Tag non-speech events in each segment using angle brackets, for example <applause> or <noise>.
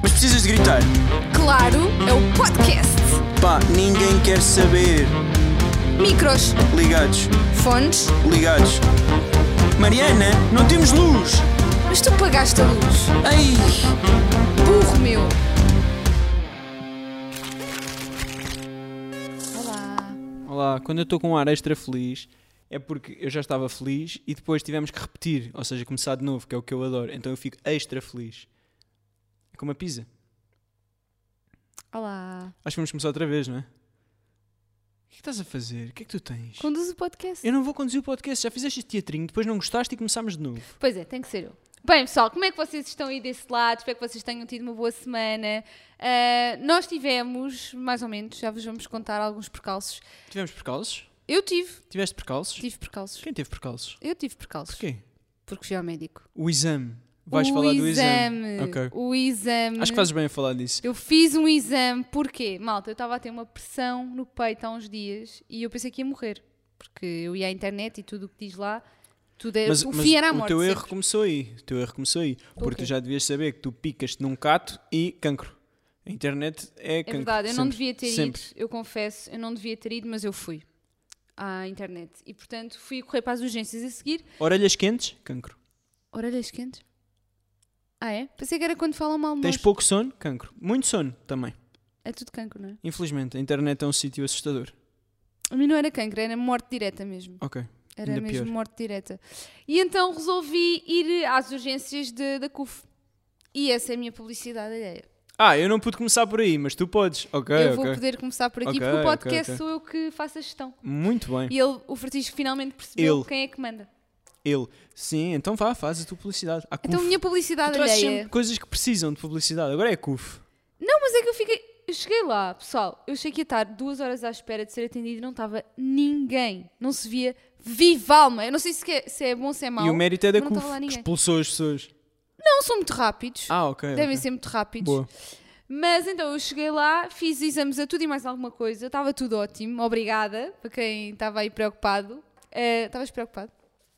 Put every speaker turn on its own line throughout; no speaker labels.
precisas de gritar?
Claro, é o podcast.
Pá, ninguém quer saber.
Micros,
Ligados,
fones,
ligados. Mariana, não temos luz!
mas tu pagaste a luz.
Ai!
Burro meu. Olá.
Olá, quando eu estou com um ar extra feliz é porque eu já estava feliz e depois tivemos que repetir, ou seja, começar de novo, que é o que eu adoro. Então eu fico extra feliz. É como a pizza.
Olá.
Acho que vamos começar outra vez, não é? O que é que estás a fazer? O que é que tu tens?
Conduz o podcast.
Eu não vou conduzir o podcast, já fizeste este teatrinho, depois não gostaste e começámos de novo.
Pois é, tem que ser eu. Bem, pessoal, como é que vocês estão aí desse lado? Espero que vocês tenham tido uma boa semana. Ah, nós tivemos, mais ou menos, já vos vamos contar alguns percalços.
Tivemos percalços?
Eu tive,
Tiveste percalços?
tive percalços.
Quem teve percalços?
Eu tive percalços.
Porquê?
Porque fui ao médico.
O exame. Vais falar do exame. Ok.
O exame.
Acho que fazes bem a falar disso.
Eu fiz um exame, porquê? Malta, eu estava a ter uma pressão no peito há uns dias e eu pensei que ia morrer. Porque eu ia à internet e tudo o que diz lá, tudo é, o fim era a morte.
teu erro
sempre.
começou aí. O teu erro começou aí. Porque
quê?
tu já devias saber que tu picas num cato e cancro. A internet é
É
cancro.
verdade, eu não
sempre,
devia ter
sempre.
ido, eu confesso, eu não devia ter ido, mas eu fui à internet. E portanto fui correr para as urgências a seguir.
Orelhas quentes, cancro.
Orelhas quentes. Ah, é? Pensei que era quando falam mal de
Tens
nós.
pouco sono, cancro. Muito sono também.
É tudo cancro, não é?
Infelizmente, a internet é um sítio assustador.
A mim não era cancro, era morte direta mesmo.
Ok.
Era
Ainda
mesmo
pior.
morte direta. E então resolvi ir às urgências de- da CUF. E essa é a minha publicidade alheia.
Ah, eu não pude começar por aí, mas tu podes. Ok,
eu vou
ok.
poder começar por aqui,
Ok,
porque o
ok,
podcast
ok.
sou eu que faço a gestão.
Muito bem.
E ele, o Francisco finalmente percebeu
Ele.
quem é que manda.
Ele. Sim, então vá, faz a tua publicidade. A
Então a minha é. publicidade
Tu trazes sempre
alheia.
coisas que precisam de publicidade. Agora é CUF.
Não, mas é que eu fiquei. Eu cheguei lá, pessoal. Eu achei que ia estar duas horas à espera de ser atendido e não estava ninguém. Não se via viva alma. Eu não sei se é, se é bom ou se é mau.
e o mérito é da
mas
CUF,
não estava
que
lá ninguém.
expulsou as pessoas.
Não são muito rápidos.
Ah, ok.
Devem
ok.
ser muito rápidos.
Boa.
Mas então eu cheguei lá, fiz exames a tudo e mais alguma coisa, estava tudo ótimo, obrigada para quem estava aí preocupado. Eh, Estavas preocupado?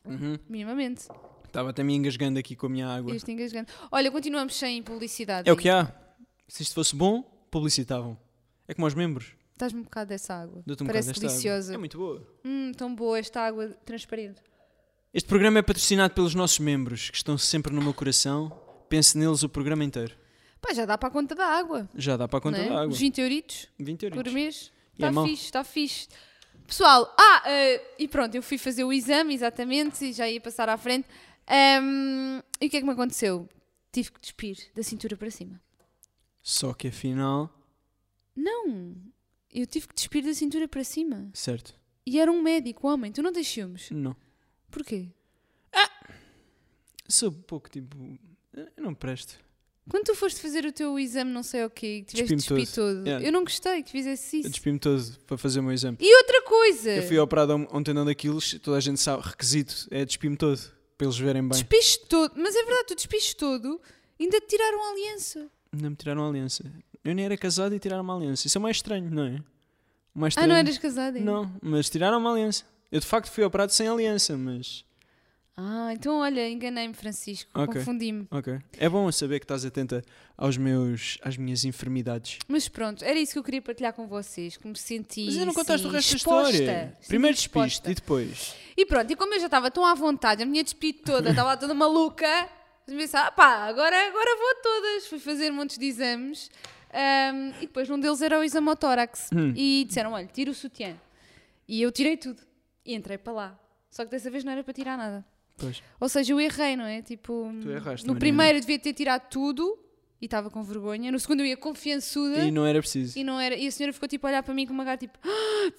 Uhum.
Minimamente.
Estava até me engasgando aqui com a minha água.
Este engasgando. Olha, continuamos sem publicidade.
É o que há. Se isto fosse bom, publicitavam. É como aos membros.
Estás-me um bocado dessa água.
Dou-te um
Parece
bocado desta água.
deliciosa.
É muito boa.
Hum, tão boa esta água transparente.
Este programa é patrocinado pelos nossos membros, que estão sempre no meu coração. Pense neles o programa inteiro.
Pá, já dá para a conta da água.
Já dá para a conta
não é?
da água.
Uns 20 euritos
20 euros.
por mês.
E é
Está
mau.
Tá fixe, está fixe. Pessoal, ah, eh, e pronto, eu fui fazer o exame, exatamente, e já ia passar à frente. Ahm, e o que é que me aconteceu? Tive que despir da cintura para cima.
Só que afinal,
Não, eu tive que despir da cintura para cima.
certo?
E era um médico, homem, tu não tens ciúmes.
Não.
Porquê?
Sou pouco tipo. Eu não presto.
Quando tu foste fazer o teu exame, não sei o quê, que tiveste de
Despi-me
despir todo,
Yeah.
eu não gostei que fizesse
Eu
isso.
despi-me todo para fazer o meu exame.
E outra coisa,
Eu fui operado ontem não daqueles, toda a gente sabe, requisito é despir-me todo, para eles verem bem.
despiste todo, mas é verdade, tu despiste todo, ainda te tiraram a aliança.
Não me tiraram a aliança. Eu nem era casado e tiraram uma aliança. Isso é o mais estranho, não é? O mais
Ah,
estranho.
não eras casada? ainda?
Não, mas tiraram uma aliança. Eu de facto fui operado sem aliança, mas.
Ah, então olha, enganei-me, Francisco.
Ok.
Confundi-me.
Ok. É bom saber que estás atenta aos meus, às minhas enfermidades.
Mas pronto, era isso que eu queria partilhar com vocês, que me senti.
Mas ainda não contaste o
assim,
resto
exposta.
da história.
Senti-me
Primeiro
exposta.
despiste e depois.
E pronto, e como eu já estava tão à vontade, a minha despide toda, estava lá toda maluca, eu pensava, ah pá, agora, agora vou a todas. Fui fazer montes de exames ahm, e depois um deles era o exame ao tórax.
Hum.
E disseram, olha, tira o sutiã. E eu tirei tudo e entrei para lá. Só que dessa vez não era para tirar nada.
Pois.
Ou seja, eu errei, não é? Tipo,
Tu erraste,
no
Mariana.
primeiro eu devia ter tirado tudo e estava com vergonha. No segundo eu ia confiançuda
E
e não,
não era preciso.
era. E a senhora ficou tipo a olhar para mim com uma cara tipo, "Ah,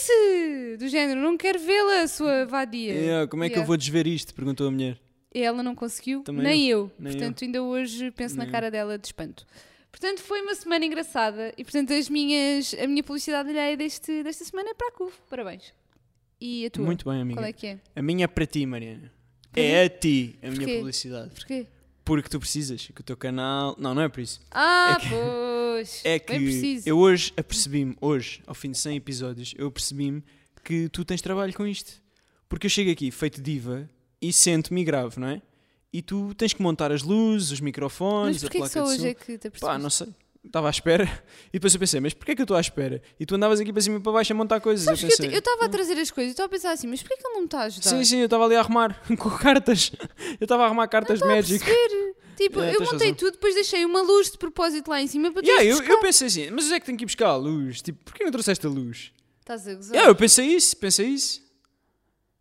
vista-se! Do género, não quero vê-la, sua vadia.
Yeah, como é que
Yeah.
eu vou desver isto? Perguntou a mulher.
E ela não conseguiu,
Também
nem eu.
nem
Portanto, ainda hoje penso na
Nem eu.
cara dela de espanto. Portanto, foi uma semana engraçada e, portanto, as minhas, a minha publicidade alheia deste, desta semana é para a CUV. Parabéns. E a tua?
Muito bem, amiga.
Qual é que é?
A minha é para ti, Mariana. É a ti a
Porquê?
minha publicidade.
Porquê?
Porque tu precisas que o teu canal. Não, não é por isso.
Ah,
É que-
pois!
É
Bem
que
preciso.
eu hoje apercebi-me, hoje, ao fim de 100 episódios, eu apercebi-me que tu tens trabalho com isto. Porque eu chego aqui feito diva e sento-me grave, não é? E tu tens que montar as luzes, os microfones,
Mas
a
porquê
placa
que só
de
hoje
som.
é que te
Pá,
apercebes?
não sei. Estava à espera. E depois eu pensei, mas porquê que eu estou à espera? E tu andavas aqui para cima e para baixo a montar coisas.
Sabes
eu
que eu
pensei, "Hum."
te- eu estava a trazer as coisas, eu estava a pensar assim, mas porquê que ele não me está a ajudar?
sim, sim, eu estava ali a arrumar <laughs> com cartas. Eu estava a arrumar cartas
Estava a
Magic.
perceber. Tipo,
É,
eu
tens
montei
razão.
tudo, depois deixei uma luz de propósito lá em cima para tu
Yeah,
ires
eu, eu
buscar.
pensei assim, mas onde é que tenho que ir buscar a luz? Tipo, porquê não trouxeste a luz?
Estás a gozar?
Yeah, eu pensei isso, pensei isso.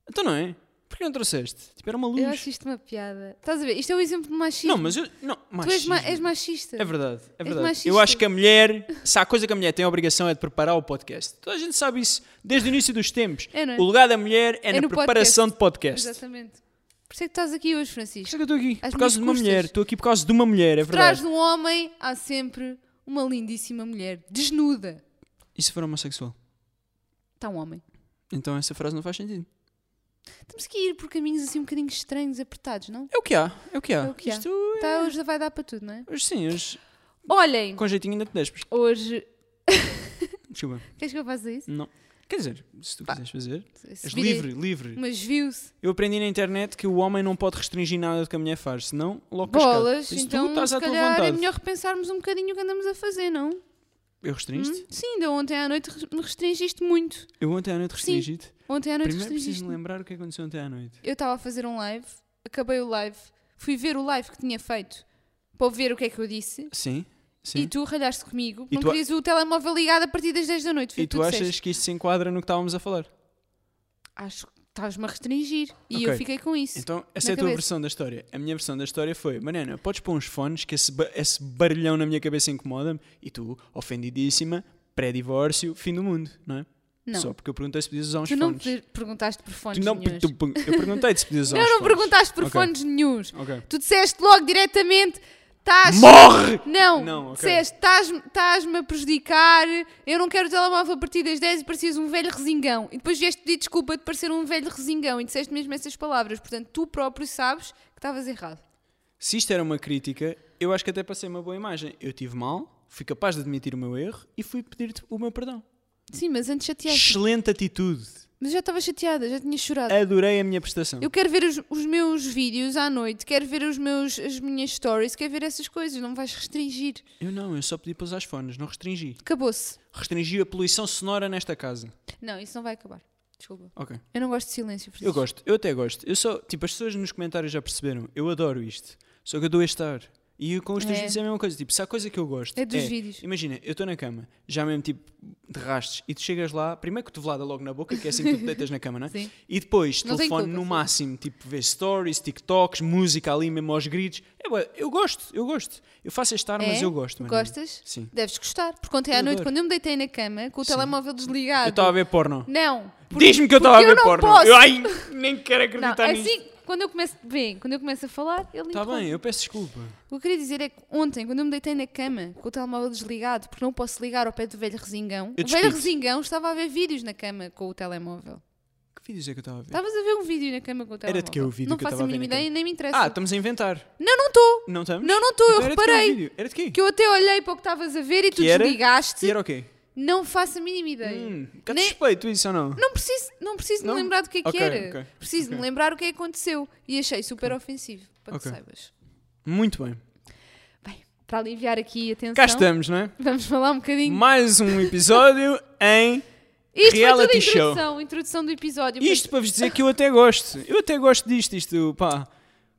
Então não é? Porquê não trouxeste? Tipo, era uma luz.
Eu acho isto uma piada. Estás a ver? Isto é um exemplo de machismo.
Não, mas eu. Não,
Tu és,
machismo.
ma- és machista.
É verdade, é verdade.
machista.
Eu acho que a mulher, se há coisa que a mulher tem a obrigação é de preparar o podcast. Toda a gente sabe isso desde o início dos tempos.
É, não é?
O lugar da mulher é,
É
na
no
preparação de podcast.
Exatamente. Por isso é que estás aqui hoje,
Por
Francisco.
isso é que eu estou aqui,
Às
por causa de uma
minhas
mulher.
custas.
Estou aqui por causa de uma mulher, é
Por trás
verdade.
de um homem há sempre uma lindíssima mulher, desnuda.
E se for homossexual?
Está um homem.
Então essa frase não faz sentido.
Temos que ir por caminhos assim um bocadinho estranhos, apertados, não?
É o que há, é o que há.
É o que há.
Isto
Tá, hoje vai dar para tudo, não é?
Hoje sim, hoje
Olhem,
com jeitinho ainda te despas.
hoje.
Desculpa.
Queres que eu faça isso?
Não. Quer dizer, se tu quiseres fazer, és
Virei-
livre, livre.
Mas viu-se.
Eu aprendi na internet que o homem não pode restringir nada do que a mulher faz, senão logo cascado.
Bolas,
Isso tu
então
estás
se
à tua
calhar é
vontade.
melhor repensarmos um bocadinho o que andamos a fazer, não?
Eu restringiste?
Hum? Sim, ainda ontem à noite res- me restringiste muito.
Eu ontem à noite
Sim.
restringi te
Ontem à
Primeiro
noite
preciso
restringiste.
me lembrar o que aconteceu ontem à noite.
Eu estava a fazer um live, acabei o live, fui ver o live que tinha feito para ver o que é que eu disse
Sim,
e
sim.
tu ralhaste comigo.
E
não
tu a-
querias o telemóvel ligado a partir das 10 da noite. Foi
E
o que
tu
disseste.
achas que isto se enquadra no que estávamos a falar?
Acho que estás-me a restringir. E
Ok.
eu fiquei com isso.
Então, essa
Na
é a tua
cabeça.
versão da história. A minha versão da história foi: Mariana, podes pôr uns fones que esse, ba- esse barulhão na minha cabeça incomoda-me e tu, ofendidíssima, pré-divórcio, fim do mundo, não é?
Não.
Só porque eu perguntei se podias usar uns
tu não
fones.
me perguntaste por fones
Tu não,
nenhuns.
tu- tu- eu perguntei
<laughs>
se podias usar
Não,
uns
não
fones.
perguntaste por
Ok.
fones nenhuns.
Ok.
Tu disseste logo diretamente, estás...
Morre!
Não,
Não, ok.
disseste, "Estás- estás-me a prejudicar, eu não quero o telemóvel a partir das 10 e parecias um velho resingão. E depois vieste pedir desculpa de parecer um velho resingão e disseste mesmo essas palavras. Portanto, tu próprio sabes que estavas errado.
Se isto era uma crítica, eu acho que até passei uma boa imagem. Eu tive mal, fui capaz de admitir o meu erro e fui pedir-te o meu perdão.
Sim, mas antes chateaste.
Excelente atitude.
Mas eu já estava chateada, já tinha chorado.
Adorei a minha prestação.
Eu quero ver os, os meus vídeos à noite, quero ver os meus, as minhas stories, quero ver essas coisas, não me vais restringir.
Eu não, eu só pedi para usar os fones, não restringi.
Acabou-se.
Restringi a poluição sonora nesta casa.
Não, isso não vai acabar. Desculpa.
Ok.
Eu não gosto de silêncio.
Eu
Francisco.
gosto, eu até gosto. Eu só, tipo, as pessoas nos comentários já perceberam, eu adoro isto. Só que eu dou este ar. E eu com os teus
É.
vídeos é a mesma coisa. Tipo, se há coisa que eu gosto.
É dos vídeos.
Imagina, eu estou na cama, já mesmo tipo de rastes, e tu chegas lá, primeiro cotovelada logo na boca, que é assim que tu te deitas na cama, não é?
Sim.
E depois,
Não tem
telefone
culpa,
no
sim.
máximo, tipo, ver stories, TikToks, música ali mesmo aos gritos. É, bué, eu gosto, eu gosto. Eu faço este ar,
É?
Ah, mas eu gosto. Mariana.
Gostas?
Sim.
Deves gostar. Porque ontem
Eu
à noite,
adoro.
quando eu me deitei na cama, com o telemóvel desligado.
Eu estava a ver porno.
Ah, Não. porque-
Diz-me que eu estava a
porque
ver
não
porno.
posso.
Eu ai, nem quero
Não,
acreditar nisso.
assim, quando eu começo. Bem, quando eu começo a falar, ele
Está
interrompe.
Tá bem, eu peço desculpa.
O que eu queria dizer é que ontem, quando eu me deitei na cama, com o telemóvel desligado, porque não posso ligar ao pé do velho resingão,
Eu
o velho
despido.
resingão estava a ver vídeos na cama com o telemóvel.
Que vídeos é que eu estava a ver?
Estavas a ver um vídeo na cama com o telemóvel.
Era de que o vídeo
Não
que eu
faço
estava
a
a ver
mínima
na cama?
ideia, nem me interessa.
Ah, estamos a inventar.
Não, não estou.
Não estamos?
assim. Não, não estou, eu
Então era de quê o
reparei.
vídeo? Era de quê?
Que eu até olhei para o que estavas a ver e tu
Que era?
desligaste.
E era o quê?
Não faço a mínima ideia.
Hum, cá
Nem-
suspeito isso ou não?
Não preciso, não preciso de
Não?
me lembrar do que é que
Ok,
era.
ok,
preciso de
ok.
me lembrar o que é que aconteceu. E achei super ofensivo, para
Ok.
que saibas.
Muito bem.
Bem, para aliviar aqui a tensão,
Cá estamos, não é?
vamos falar um bocadinho.
Mais um
<laughs>
episódio em.
Isto foi
Reality
toda a
show.
introdução, introdução do episódio.
Isto para vos dizer que eu até gosto. Eu até gosto disto, isto, pá.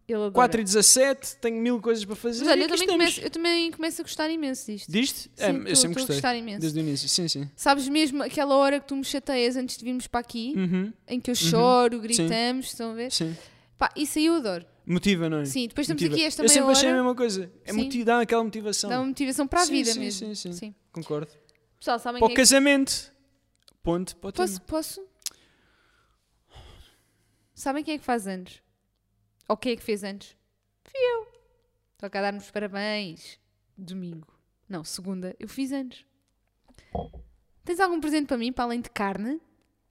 Ele adora.
4 e 17, tenho mil coisas para fazer.
Mas olha,
e
eu
aqui
também,
estamos.
começo, eu também começo a gostar imenso disto.
Disto?
Sim,
É,
estou-
eu
estou a
sempre gostei.
gostar imenso.
Desde o início, sim, sim.
Sabes mesmo aquela hora que tu me chateias antes de virmos para aqui,
Uhum,
em que eu choro, gritamos, estão a ver?
sim.
Pá, isso aí eu adoro.
Motiva, não é?
Sim, depois temos
Motiva.
aqui esta
Eu sempre
meia
achei a
hora.
mesma coisa. É
Sim.
motiv... Dá aquela motivação.
Dá um uma motivação para a
Sim,
vida
sim,
mesmo.
sim, sim. Concordo.
Pessoal, sabem
Para o
quem é que...
casamento. Ponto para o tema.
Posso, posso? Sabem quem é que faz anos? Ou quem é que fez anos? Fui eu. Toca a dar-nos parabéns. Domingo. Não, segunda. Eu fiz anos. Tens algum presente para mim, para além de carne?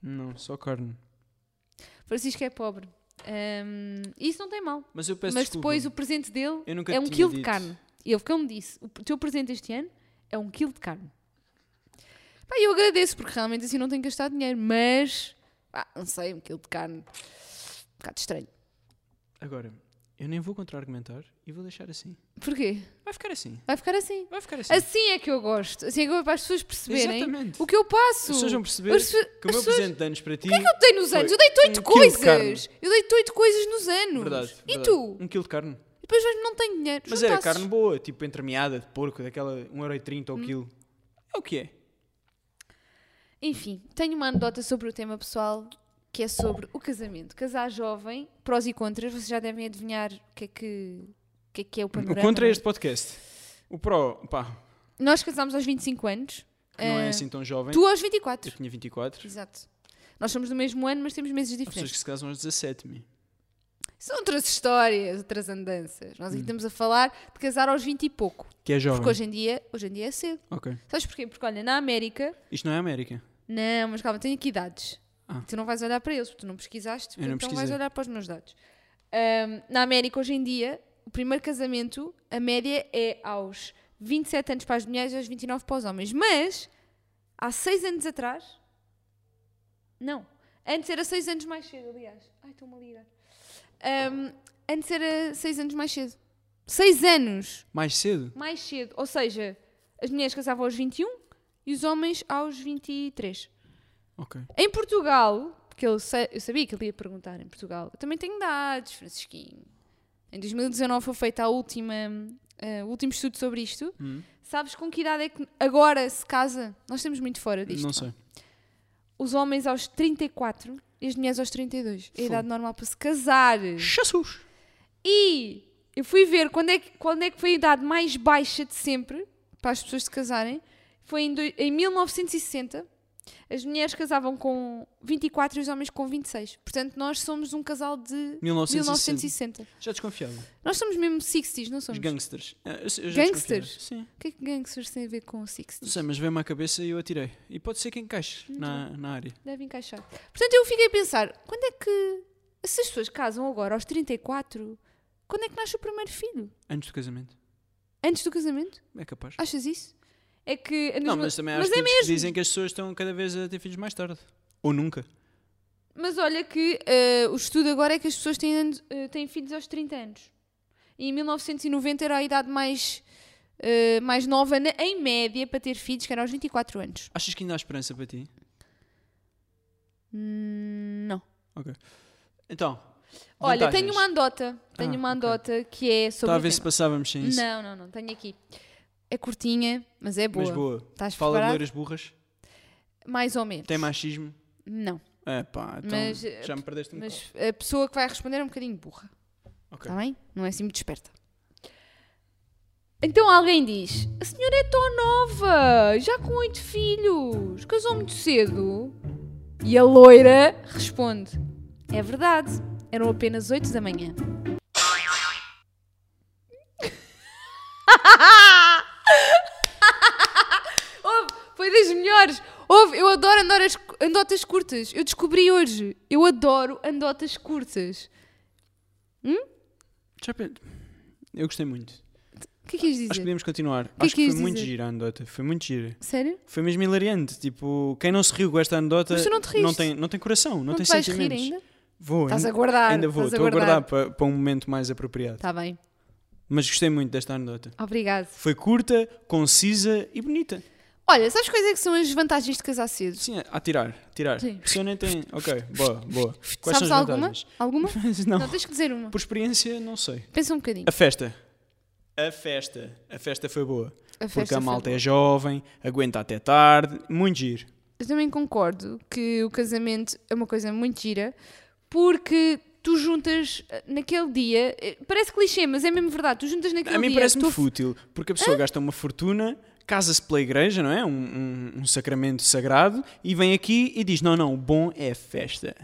Não, só carne.
Francisco é pobre. Ahm, e isso não tem mal.
Mas eu peço
Mas
desculpa.
depois o presente dele
Eu nunca
é um
tinha
quilo de
dito.
carne. E ele ficou me disse: o teu presente este ano é um quilo de carne. Pá, eu agradeço, porque realmente assim não tenho que gastar dinheiro, mas pá, não sei, um quilo de carne. Um bocado estranho.
Agora, Eu nem vou contra-argumentar e vou deixar assim.
Porquê?
Vai ficar assim.
Vai ficar assim.
Vai ficar assim.
Assim é que eu gosto. Assim é que eu, para as pessoas perceberem
Exatamente.
o que eu passo.
As pessoas vão perceber
As pessoas-
que o meu
as pessoas-
presente de anos para ti.
O que é que eu tenho nos
Foi
anos? Eu dei-te oito
um quilo de
coisas. Eu dei-te oito coisas nos anos.
é Verdade,
e
verdade.
tu?
Um quilo de carne.
E depois vejo não tenho dinheiro.
Mas
não
era
passes.
carne boa, tipo entremeada de porco, daquela 1,30€
Hum.
ao quilo. É o que é.
Enfim, tenho uma anedota sobre o tema pessoal que é sobre o casamento. Casar jovem, prós e contras, vocês já devem adivinhar o que é que, o que, é, que é o
O
panorama.
contra é
não é?
este podcast. O pró, pá,
Nós casámos aos 25 anos.
que não é
Ah,
assim tão jovem.
Tu aos
Eu
24.
tinha 24.
Exato. Nós somos do mesmo ano, mas temos meses
Há pessoas
diferentes.
que se casam aos 17, me.
São outras histórias, outras andanças. Nós aqui estamos a falar de casar aos 20 e pouco.
Que é Hum. jovem.
Porque hoje em dia, hoje em dia é cedo.
Ok.
Sabes porquê? Porque olha, na América.
Isto não é América.
Não, mas calma, tenho aqui dados.
Ah.
Tu não vais olhar para eles, porque tu não pesquisaste,
Eu não
então vais
pesquisei.
olhar para os meus dados. Ahm, na América, hoje em dia, o primeiro casamento, a média é aos 27 anos para as mulheres e aos 29 para os homens. Mas, há 6 anos atrás. Não. Antes era 6 anos mais cedo, aliás. Ai, estou-me a ligar. Ahm, antes era 6 anos mais cedo. 6 anos!
Mais cedo?
mais cedo. Ou seja, as mulheres casavam aos 21 e os homens aos 23.
Ok.
Em Portugal, porque eu, sa- eu sabia que ele ia perguntar em Portugal, eu também tenho dados, Francisquinho. Em 2019 foi feita a última, eh, o último estudo sobre isto.
Hum.
Sabes com que idade é que agora se casa? Nós estamos muito fora disto.
não
pá.
sei.
Os homens aos 34 e as mulheres aos 32. É a
Fogo.
idade normal para se casar.
Jesus!
E eu fui ver quando é, que, quando é que foi a idade mais baixa de sempre para as pessoas se casarem. Foi em, doi- em 1960. As mulheres casavam com 24 e os homens com 26. Portanto, nós somos um casal de
1960.
1960.
Já desconfiava.
Nós somos mesmo 60s, não
Os
somos?
gangsters. Ah, eu- eu já desconfiava.
Gangsters?
Sim.
O que é que gangsters tem a ver com 60s?
Não sei, mas veio-me à cabeça e eu atirei. E pode ser que encaixe
Então.
na, na área.
Deve encaixar. Portanto, eu fiquei a pensar, quando é que... Se as pessoas casam agora aos 34, quando é que nasce o primeiro filho?
Antes do casamento.
Antes do casamento?
É capaz.
Achas isso? É que...
não, mas também há
Ah, mas é
estudos que
mesmo.
dizem que as pessoas estão cada vez a ter filhos mais tarde. Ou nunca.
Mas olha que eh, o estudo agora é que as pessoas têm, anos- eh, têm filhos aos 30 anos. E em 1990 era a idade mais, eh, mais nova, na- em média, para ter filhos, que era aos 24 anos.
Achas que ainda há esperança para ti?
Hum, Não.
Então.
Olha,
vantagens.
tenho uma andota. Tenho
Ah,
uma
ok.
andota que é sobre.
Está a
o
ver se
tema.
passávamos sem isso.
Não, não, não. Tenho aqui. É curtinha, mas é boa.
Mas boa.
Estás
Fala de
preparado?
loiras burras.
Mais ou menos.
Tem machismo.
Não.
É pá, então
Mas, eh,
já me perdeste um bocado.
Mas a pessoa que vai responder é um bocadinho burra.
Ok.
Está bem? Não é assim muito esperta. Então alguém diz: A senhora é tão nova, já com oito filhos, casou muito cedo. E a loira responde: É verdade, eram apenas oito da manhã. Houve, foi das melhores. Houve, eu adoro andoras- andotas curtas. Eu descobri hoje. Eu adoro andotas curtas.
Já pe- Eu gostei muito.
O que é que ias
Acho que
dizer?
podemos continuar.
que
Acho
é que
que
ias
foi muito
dizer?
gira a anedota. Foi muito gira.
Sério?
Foi mesmo hilariante. Tipo, quem não se riu com esta anedota
Mas tu não te riste.
tem, não tem coração, não,
Não,
tem
te vais rir
sentimentos.
ainda?
Vou,
Estás a
ainda,
guardar.
ainda vou.
estás Tá.
Estou a guardar para, para um momento mais apropriado.
Está bem.
Mas gostei muito desta anedota.
Obrigado.
Foi curta, concisa e bonita.
Olha, sabes quais é que são as vantagens de casar cedo?
Sim, a tirar, a tirar.
Sim.
A pessoa nem tem. Ok, boa,
<laughs>
boa. Quais são
sabes
as
alguma?
vantagens? <laughs>
Alguma?
Mas não.
Não, tens que dizer uma.
Por experiência, não sei.
Pensa um bocadinho.
A festa. A festa. A festa foi boa.
A
Porque
festa
a
foi
malta
boa.
é jovem, aguenta até tarde. Muito giro.
Eu também concordo que o casamento é uma coisa muito gira, porque tu juntas eh, naquele dia, eh, parece clichê, mas é mesmo verdade, tu juntas naquele
a mim
dia.
parece-me
tu-
fútil, porque a pessoa gasta uma fortuna, casa-se pela igreja, não é? Um, um- um sacramento sagrado, e vem aqui e diz: não, não, o bom é a festa.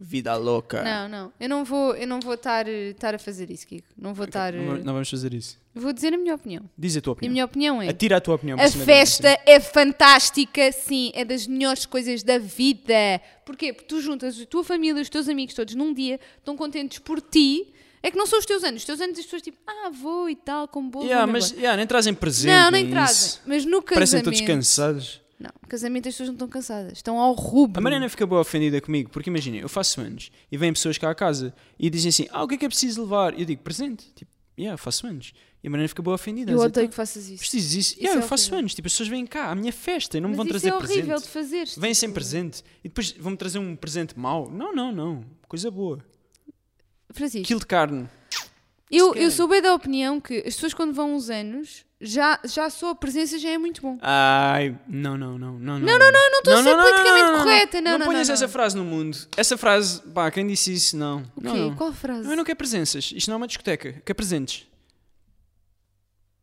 Vida louca.
Não, não, eu não vou, eu não vou estar, eh, estar a fazer isso, Kiko. Não vou estar. eh,
Não, va- não vamos fazer isso.
Vou dizer a minha opinião.
Diz a tua
A
opinião.
minha opinião é.
Atira a tua opinião.
A festa é fantástica, sim, é das melhores coisas da vida. Porquê? Porque tu juntas a tua família, os teus amigos todos num dia, estão contentes por ti. É que não são os teus anos, os teus anos as pessoas tipo, ah, vou e tal, com bolo.
Yeah,
vou na
mas
boa.
yeah, nem trazem presente.
não, nem
isso.
trazem. Mas no casamento.
Parecem todos cansados.
Não, casamento as pessoas não estão cansadas, estão ao rubro.
A Mariana fica boa ofendida comigo, porque imagina, eu faço anos e vêm pessoas cá à casa e dizem assim: Ah, o que é que é preciso levar? E eu digo: Presente. Tipo, yeah, faço anos. E a Mariana fica boa ofendida.
Eu
Ela diz,
odeio
"Então,
que faças isso.
Preciso disso.
Isso
yeah,
é
eu faço
horrível.
anos. Tipo, as pessoas vêm cá à minha festa e não me
Mas
vão
isso
trazer
é horrível
presente.
de fazer.
Vêm
tipo.
sem presente e depois vão-me trazer um presente mau. Não, não, não. Coisa boa.
Francisco,
Quilo de carne.
eu,
querem.
eu sou bem da opinião que as pessoas quando vão uns anos, já, já só a presença já é muito bom.
Ai, não, não, não, não. Não,
não, não, não estou a ser politicamente correta, não,
Não
não,
ponhas
não,
essa
não.
frase no mundo. Essa frase, pá, quem disse isso, não.
O quê? assim?
Não, não.
Qual frase?
Não, eu não quero presenças. Isto não é uma discoteca. Quer presentes.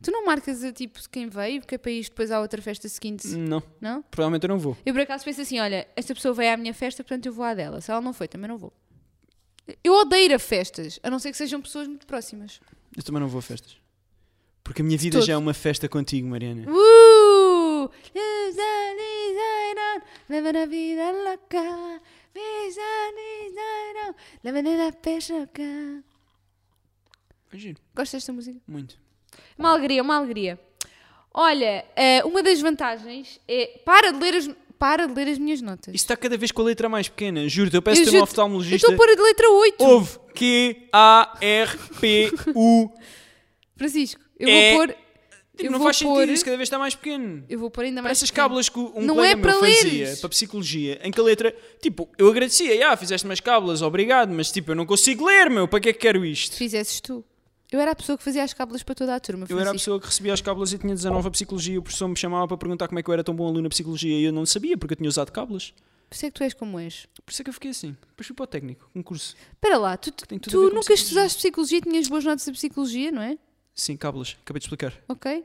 Tu não marcas a tipo de quem veio, porque é para isto depois há outra festa seguinte,
Não,
não?
provavelmente eu não vou.
Eu por acaso penso assim, olha, esta pessoa veio à minha festa, portanto eu vou à dela. Se ela não foi, também não vou. Eu odeio ir a festas, a não ser que sejam pessoas muito próximas.
Eu também não vou a festas. Porque a minha vida
Todo.
já é uma festa contigo,
Hum.
Mariana.
Uh! Desanizarão, Leva a vida louca. Desanizarão, Leva a peixe cá.
É Giro,
Gosto desta música?
muito.
Uma alegria, uma alegria. Olha, eh, uma das vantagens é para de ler as, para de ler as minhas notas.
Isto está cada vez com a letra mais pequena. Juro-te, eu peço ter um
juro-te, Eu
oftalmologista. Oh,
estou a pôr a de letra 8.
Houve Q-A-R-P-U.
Francisco, eu
É-
vou pôr.
Tipo,
eu
não
vou
faz
pôr-
sentido, isso cada vez está mais pequeno.
Eu vou pôr ainda
Para
mais.
essas
pequeno.
cábulas que um
Não
colega
é
meu
para
fazia
leres.
para psicologia, em que a letra, tipo, eu agradecia, ah, fizeste umas cábulas, obrigado, mas tipo, eu não consigo ler, meu, para que é que quero isto?
Fizesses tu. Eu era a pessoa que fazia as cábulas para toda a turma.
Eu era a
Francisco.
pessoa que recebia as cábulas e tinha 19 a psicologia, o professor me chamava para perguntar como é que eu era tão bom aluno na psicologia e eu não sabia porque eu tinha usado cábulas.
Por isso é que tu és como és.
Por isso é que eu fiquei assim. Depois fui para o técnico, um curso.
Espera lá, tu,
Tem tudo a
tu
ver com
nunca estudaste psicologia e tinhas boas notas de psicologia, não é?
Sim, cábulas, acabei de explicar.
Ok?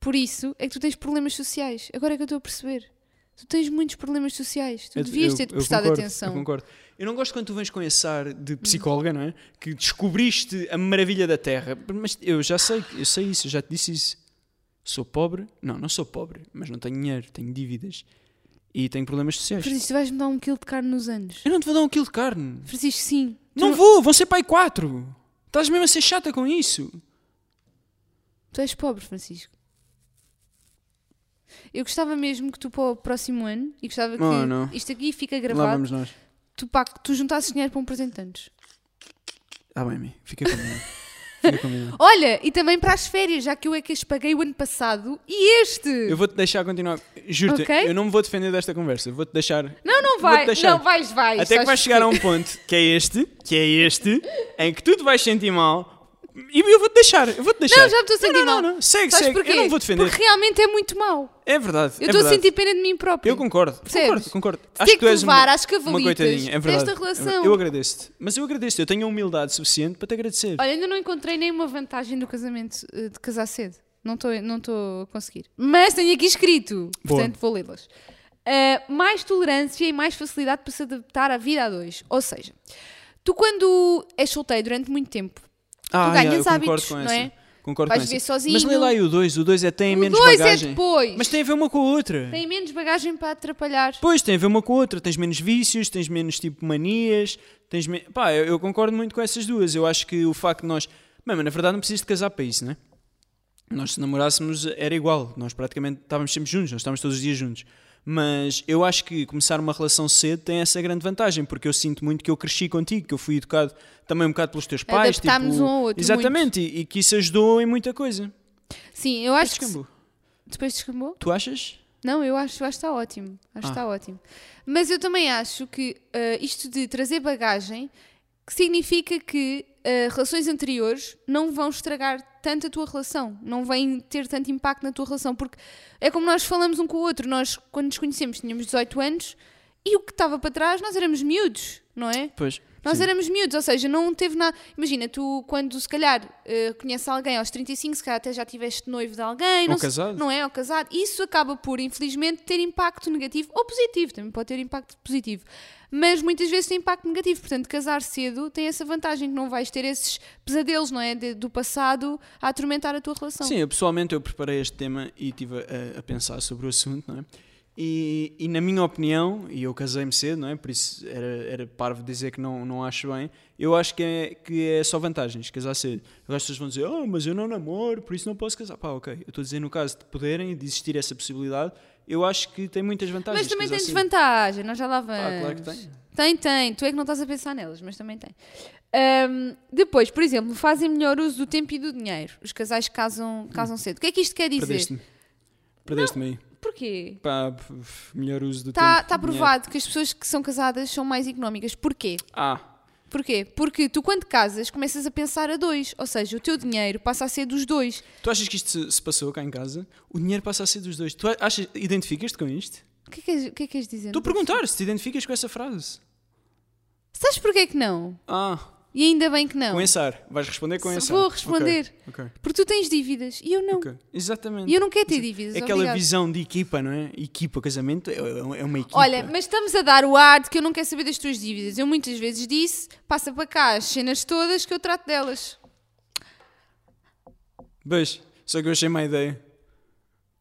Por isso é que tu tens problemas sociais. Agora é que eu estou a perceber. Tu tens muitos problemas sociais. Tu
Eu-
devias
eu-
ter-te
eu
prestado
concordo, Eu
atenção. Hum.
concordo. Eu não gosto quando tu vens com esse ar de psicóloga, não é? Que descobriste a maravilha da Terra. Mas eu já sei, eu sei isso, eu já te disse isso. Sou pobre? Não, não sou pobre, mas não tenho dinheiro, tenho dívidas e tenho problemas sociais.
Francisco, tu vais-me dar um quilo de carne nos anos.
Eu não te vou dar um quilo de carne.
Francisco, sim. Tu
Não vou, vão ser pai quatro. Estás mesmo a ser chata com isso.
Tu és pobre, Francisco. Eu gostava mesmo que tu para o próximo ano, e gostava que
Oh, não.
isto aqui fica
Lá
gravado,
vamos nós.
tu, pá, que tu juntasses dinheiro para um presente antes.
Ah, bem, Mi, fica combinado. Fica
<laughs>
combinado.
Olha, e também para as férias, já que eu é que as paguei o ano passado e este.
Eu vou-te deixar continuar. Juro-te,
Ok.
eu não me vou defender desta conversa. Vou-te deixar
Não, não
Vou-te
vai.
deixar.
Não, vais, vais.
Até que
Sabes
vais chegar a um ponto, que é este, que é este, em que tu te vais sentir mal e eu vou-te deixar, eu vou-te deixar.
Não, já me estou a sentir
não, não,
mal.
Não, segue,
Sabes
segue.
porquê?
é Eu não vou defender.
Porque realmente é muito mau.
É verdade, é
Eu estou a
verdade.
sentir pena de mim próprio.
Eu concordo,
Percebes?
concordo, concordo.
Tem que levar às cavalitas
coitadinha, é verdade.
desta relação.
É verdade. Eu agradeço-te, mas eu agradeço-te, eu tenho a humildade suficiente para te agradecer.
Olha, ainda não encontrei nenhuma vantagem do casamento eh, de casar cedo. Não estou não tô a conseguir. Mas tenho aqui escrito,
Boa.
portanto vou lê-las. Eh, mais tolerância e mais facilidade para se adaptar à vida a dois. Ou seja, tu quando és solteiro durante muito tempo,
ah,
ganhas
yeah, eu concordo
hábitos,
com
não
essa.
é?
Concordo
Vais
com
viver
essa.
sozinho.
Mas lê lá aí o 2, o 2 é tem
O
menos
dois é
bagagem.
depois.
Mas tem a ver uma com a outra.
tem menos bagagem para atrapalhar.
Pois, tem a ver uma com a outra. Tens menos vícios, tens menos tipo manias, tens me... Pá, eu, eu concordo muito com essas duas. Eu acho que o facto de nós... Bem, mas na verdade não precisas de casar para isso, né? Nós se namorássemos era igual. Nós praticamente estávamos sempre juntos, nós estávamos todos os dias juntos. Mas eu acho que começar uma relação cedo tem essa grande vantagem, porque eu sinto muito que eu cresci contigo, que eu fui educado também um bocado pelos teus pais. tipo,
Adaptámos um ao outro,
Exatamente, e, e que isso ajudou em muita coisa.
Sim, eu acho que. se-
Descambo.
Depois descambou?
Tu achas?
Não, eu acho, eu acho que está ótimo. Acho que está ótimo. Mas eu também acho que eh, isto de trazer bagagem que significa que eh, relações anteriores não vão estragar tanto a tua relação, não vêm ter tanto impacto na tua relação, porque é como nós falamos um com o outro. Nós, quando nos conhecemos, tínhamos 18 anos e o que estava para trás, nós éramos miúdos, não é?
Pois.
Nós
Sim.
éramos miúdos, ou seja, não teve nada. Imagina, tu, quando se calhar eh, conheces alguém aos 35, se calhar até já tiveste noivo de alguém, não, se-
casado.
não é? Ou casado, isso acaba por, infelizmente, ter impacto negativo ou positivo, também pode ter impacto positivo, mas muitas vezes tem impacto negativo. Portanto, casar cedo tem essa vantagem que não vais ter esses pesadelos, não é? De- do passado a atormentar a tua relação.
Sim, eu pessoalmente eu preparei este tema e estive a, a pensar sobre o assunto, não é? E, e na minha opinião, e eu casei-me cedo, não é? Por isso era, era parvo dizer que não, não acho bem. Eu acho que é, que é só vantagens casar cedo. Agora as pessoas vão dizer, oh, mas eu não namoro, por isso não posso casar. Pá, ok. Eu estou a dizer, no caso de poderem, de existir essa possibilidade, eu acho que tem muitas vantagens.
Mas também
casar
tem
cedo.
desvantagem, nós já lá vamos.
Ah, claro que tem.
Tem, tem. Tu é que não estás a pensar nelas, mas também tem. Ahm, depois, por exemplo, fazem melhor uso do tempo e do dinheiro. Os casais casam,
Hum.
casam cedo. O que é que isto quer dizer?
Perdeste-me. Perdeste-me aí.
Porquê?
Pá, pf, melhor uso do
Está
tempo.
tá
dinheiro.
provado que as pessoas que são casadas são mais económicas. Porquê?
Ah,
Porquê? Porque tu, quando casas, começas a pensar a dois. Ou seja, o teu dinheiro passa a ser dos dois.
tu achas que isto se- se passou cá em casa? O dinheiro passa a ser dos dois. Tu a- achas, identificas-te com isto?
O que é que, és- o que é que queres dizer?
Tu perguntar se te identificas com essa frase.
Sabes porquê que não?
Ah,
E ainda bem que não.
com ensar. Vais responder com
Se-
ensar.
vou responder.
Ok, ok,
Porque tu tens dívidas e eu não.
ok. Exatamente.
E eu não quero ter dívidas.
É aquela
obrigada.
visão de equipa, não é? Equipa, casamento, é- é é uma equipa.
Olha, mas estamos a dar o ar de que eu não quero saber das tuas dívidas. Eu muitas vezes disse, passa para cá as cenas todas que eu trato delas.
Beijo. Só que eu achei má ideia.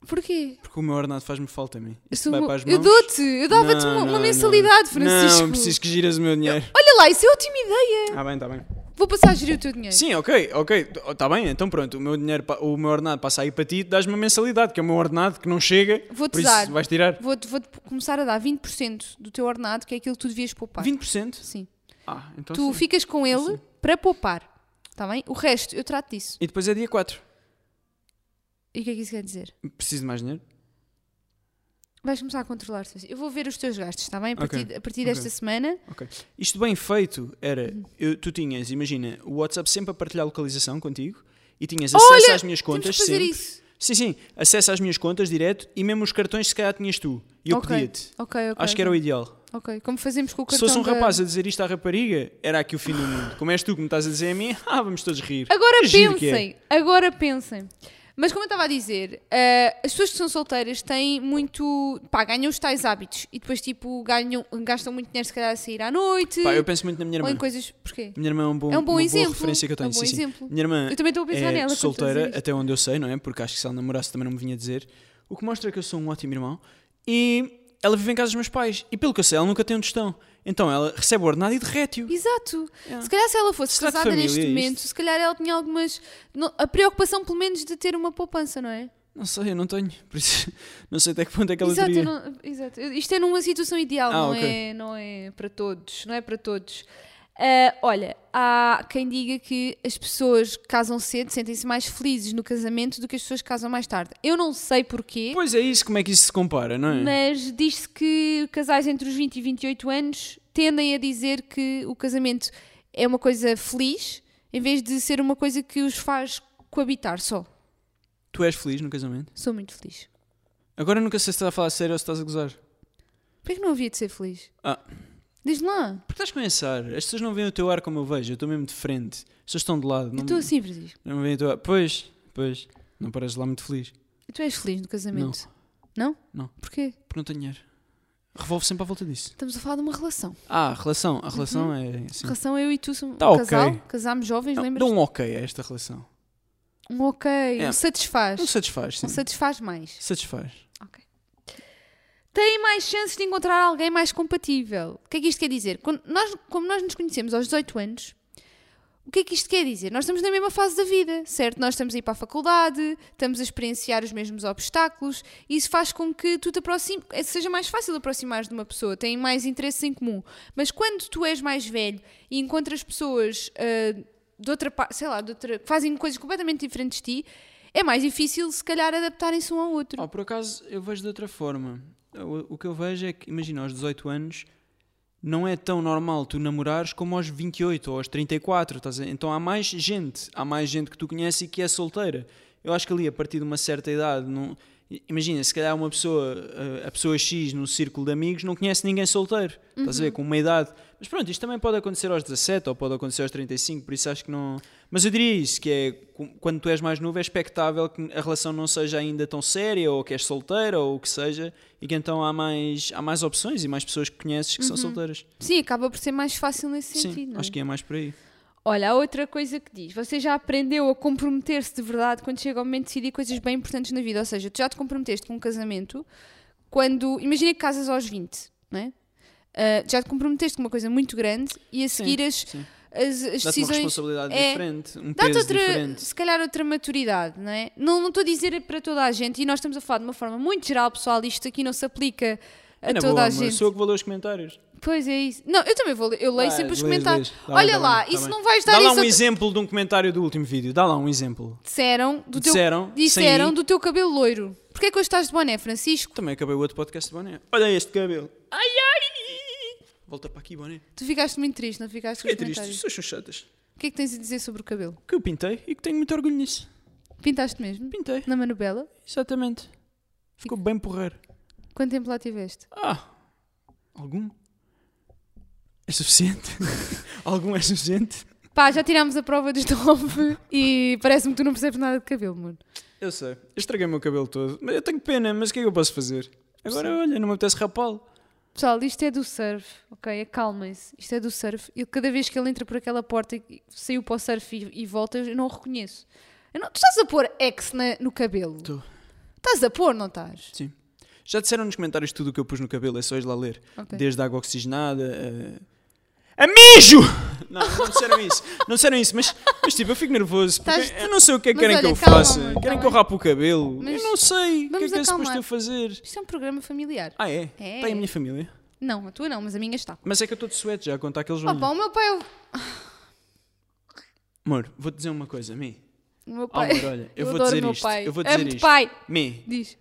Porquê?
Porque o meu ordenado faz-me falta a mim.
Eu,
Isso
sou
vai
uma-
para as mãos.
eu dou-te, eu dava-te
Não,
uma, uma
não,
mensalidade,
não.
Francisco.
Não, preciso que giras o meu
<laughs>
dinheiro.
Olha lá, isso é ótima ideia.
Ah, bem, está bem.
Vou passar a gerir o teu dinheiro.
Sim, ok, ok. Está bem, então pronto. O meu dinheiro, pa- o meu ordenado passa aí para ti, dás-me uma mensalidade, que é o meu ordenado que não chega.
Vou-te
por isso
dar.
vais tirar.
Vou-te vou começar a dar 20% do teu ordenado, que é aquilo que tu devias poupar.
20%?
Sim.
Ah, então
Tu
sim.
ficas com ele para poupar. Está bem? O resto, eu trato disso.
E depois é dia 4.
E o que é que isso quer dizer?
Preciso de mais dinheiro?
Vais começar a controlar te Eu vou ver os teus gastos, está bem? A
Ok,
partir, a partir
ok.
desta semana.
Ok. Isto bem feito era, eu- tu tinhas, imagina, o WhatsApp sempre a partilhar localização contigo e tinhas acesso
Olha,
às minhas contas
temos que fazer
sempre.
isso.
Sim, sim, acesso às minhas contas direto e mesmo os cartões se calhar tinhas tu. E eu
Ok,
pedia-te.
ok, ok,
Acho que era o
ok.
ideal.
Ok, como fazemos com o
Se
cartão
fosse um
da-
rapaz a dizer isto à rapariga, era aqui o fim do mundo. Como és tu que me estás a dizer a mim, <laughs> ah, vamos todos rir.
Agora
Que giro que é.
pensem, agora pensem. Mas como eu estava a dizer, eh, as pessoas que são solteiras têm muito. pá, ganham os tais hábitos e depois, tipo, ganham, gastam muito dinheiro, se calhar, a sair à noite.
Pá, eu penso muito na minha
ou
irmã.
em coisas. porquê?
Minha irmã é um bom,
É um bom
uma
exemplo.
boa referência que eu tenho.
É um bom
sim, sim.
exemplo.
Minha irmã
Eu também estou a pensar
é
nela quando estás a
solteira,
dizer isto.
até onde eu sei, não é? Porque acho que se ela namorasse também não me vinha dizer. O que mostra que eu sou um ótimo irmão. E ela vive em casa dos meus pais. E pelo que eu sei, ela nunca tem um tostão. Então ela recebe o ordenado e derrete-o.
Exato. Se calhar, se ela fosse
Será de
casada
família é
neste
isto?
momento, se calhar ela tinha algumas. não- a preocupação, pelo menos, de ter uma poupança, não é?
Não sei, eu não tenho. <laughs> Por isso, não sei até que ponto é que ela
Exato,
teria.
eu não- exato. Eu- Isto é numa situação ideal,
Ah,
não,
ok.
é, não é para todos. Não é para todos. Ah, olha, há quem diga que as pessoas que casam cedo sentem-se mais felizes no casamento do que as pessoas que casam mais tarde. Eu não sei porquê,
Pois é isso, como é que isso se compara, não é?
mas diz-se que casais entre os 20 e 28 anos tendem a dizer que o casamento é uma coisa feliz em vez de ser uma coisa que os faz coabitar só.
Tu és feliz no casamento?
Sou muito feliz.
Agora eu nunca sei se estás a falar sério ou se estás a gozar.
Porquê que não havia de ser feliz?
Ah.
Diz lá.
Porque estás a começar. As pessoas não veem o teu ar como eu vejo. Eu estou mesmo de frente. As pessoas estão de lado.
Eu
Não,
estou assim, Francisco.
não veem o teu ar. Pois, pois. Não pareces lá muito feliz.
Tu és feliz no casamento? Não.
Não.
Porquê?
Porque não tenho dinheiro. Revolve sempre à volta disso.
Estamos a falar de uma relação.
Ah, a relação. A relação é. Assim.
Relação eu e tu somos
Tá
um
ok.
casal, casámos jovens,
Não,
lembras?
dá um ok a esta relação.
Um ok,
É.
um satisfaz.
Não satisfaz, sim.
Um satisfaz mais.
Satisfaz.
Ok. Tem mais chances de encontrar alguém mais compatível. O que é que isto quer dizer? Quando nós, como nós nos conhecemos aos 18 anos, o que é que isto quer dizer? Nós estamos na mesma fase da vida, certo? Nós estamos a ir para a faculdade, estamos a experienciar os mesmos obstáculos, e isso faz com que tu te aproximes, seja mais fácil aproximar de uma pessoa, têm mais interesses em comum. Mas quando tu és mais velho e encontras pessoas ah, de outra pa- sei lá, de outra, que fazem coisas completamente diferentes de ti, é mais difícil, se calhar, adaptarem-se um ao outro.
Oh, por acaso, eu vejo de outra forma. O, o que eu vejo é que, imagina, aos 18 anos não é tão normal tu namorares como aos 28 ou aos 34. Estás a... Então há mais gente. Há mais gente que tu conheces e que é solteira. Eu acho que ali, a partir de uma certa idade, não... imagina, se calhar uma pessoa, eh, a pessoa X no círculo de amigos, não conhece ninguém solteiro. Estás a ver? Com uma idade. Mas pronto, isto também pode acontecer aos 17 ou pode acontecer aos 35, por isso acho que não. Mas eu diria isso, que é qu- quando tu és mais novo, é expectável que a relação não seja ainda tão séria, ou que és solteira, ou o que seja, e que então há mais, há mais opções e mais pessoas que conheces que são solteiras.
Sim, acaba por ser mais fácil nesse
Sim,
Uhum. sentido. não é?
acho que é mais por aí.
Olha, há outra coisa que diz: você já aprendeu a comprometer-se de verdade quando chega ao momento de decidir coisas bem importantes na vida. Ou seja, tu já te comprometeste com um casamento quando. Imagina que casas aos 20, não é? Ah, já te comprometeste com uma coisa muito grande e a seguir as,
sim.
as, as
Dá-te uma
decisões.
responsabilidade
é,
diferente, um
Dá-te
peso
outra,
diferente.
se calhar, outra maturidade, não é? Não não estou a dizer para toda a gente, e nós estamos a falar de uma forma muito geral, pessoal, isto aqui não se aplica a
É na
toda
boa,
a
amor,
gente.
sou eu que vou ler os comentários.
Pois é isso. Não, eu também vou ler, eu leio
Ah,
sempre
lês,
os comentários.
lês. Tá bem,
Olha
tá
lá,
bem, tá
isso
bem.
não vais dar
Dá lá
isso
um
a-
exemplo de um comentário do último vídeo. Dá lá um exemplo.
Disseram do teu,
Disseram, sem
disseram
i.
do teu cabelo loiro. Porquê é que hoje estás de boné, Francisco?
Também acabei o outro podcast de Boné. Olha este cabelo. Ai, ai! Volta para aqui, Boné.
Tu ficaste muito triste, não ficaste com
Fiquei
os
triste, as
comentários.
pessoas são chatas.
O que é que tens a dizer sobre o cabelo?
Que eu pintei e que tenho muito orgulho nisso.
Pintaste mesmo?
Pintei,
Na Manubela?
exatamente. Ficou bem porreiro.
Quanto tempo lá tiveste?
Ah, algum? É suficiente? <laughs> algum é suficiente?
Pá, já tirámos a prova dos <laughs> nove e parece-me que tu não percebes nada de cabelo, mano.
Eu sei, eu estraguei o meu cabelo todo. Mas eu tenho pena, mas o que é que eu posso fazer? Agora, olha, não me apetece rapá-lo.
Pessoal, isto é do surf, ok? Acalmem-se. Isto é do surf. E cada vez que ele entra por aquela porta e e saiu para o surf e, e volta, eu não o reconheço. Eu não- tu estás a pôr X na- no cabelo?
Tô.
Estás a pôr, não estás?
Sim. Já disseram nos comentários tudo o que eu pus no cabelo, é só ir lá ler.
Ok.
Desde água oxigenada eh, a. a
<laughs>
mijo! Não, não disseram isso. Não disseram isso, mas, mas tipo, eu fico nervoso. Porque
Estás-
eu não sei o que é que
Mas
querem que
olha,
eu
calma,
faça.
amor, tá
querem que
bem.
eu rape o cabelo.
Mas
eu não sei. O que é
vamos
que é suposto
acalmar.
eu fazer?
Isto é um programa familiar.
Ah, é?
É.
Tem a minha família.
Não, a tua não, mas a minha está.
Mas é que eu estou de suéte já a contar aqueles
Opa, o meu pai. é o-
Amor, vou-te dizer uma coisa, Mi.
O meu
Oh,
pai.
amor, olha, eu, vou
adoro
dizer
o meu
isto.
pai.
Eu vou dizer
Amo-te,
isto.
pai.
Mi,
Diz.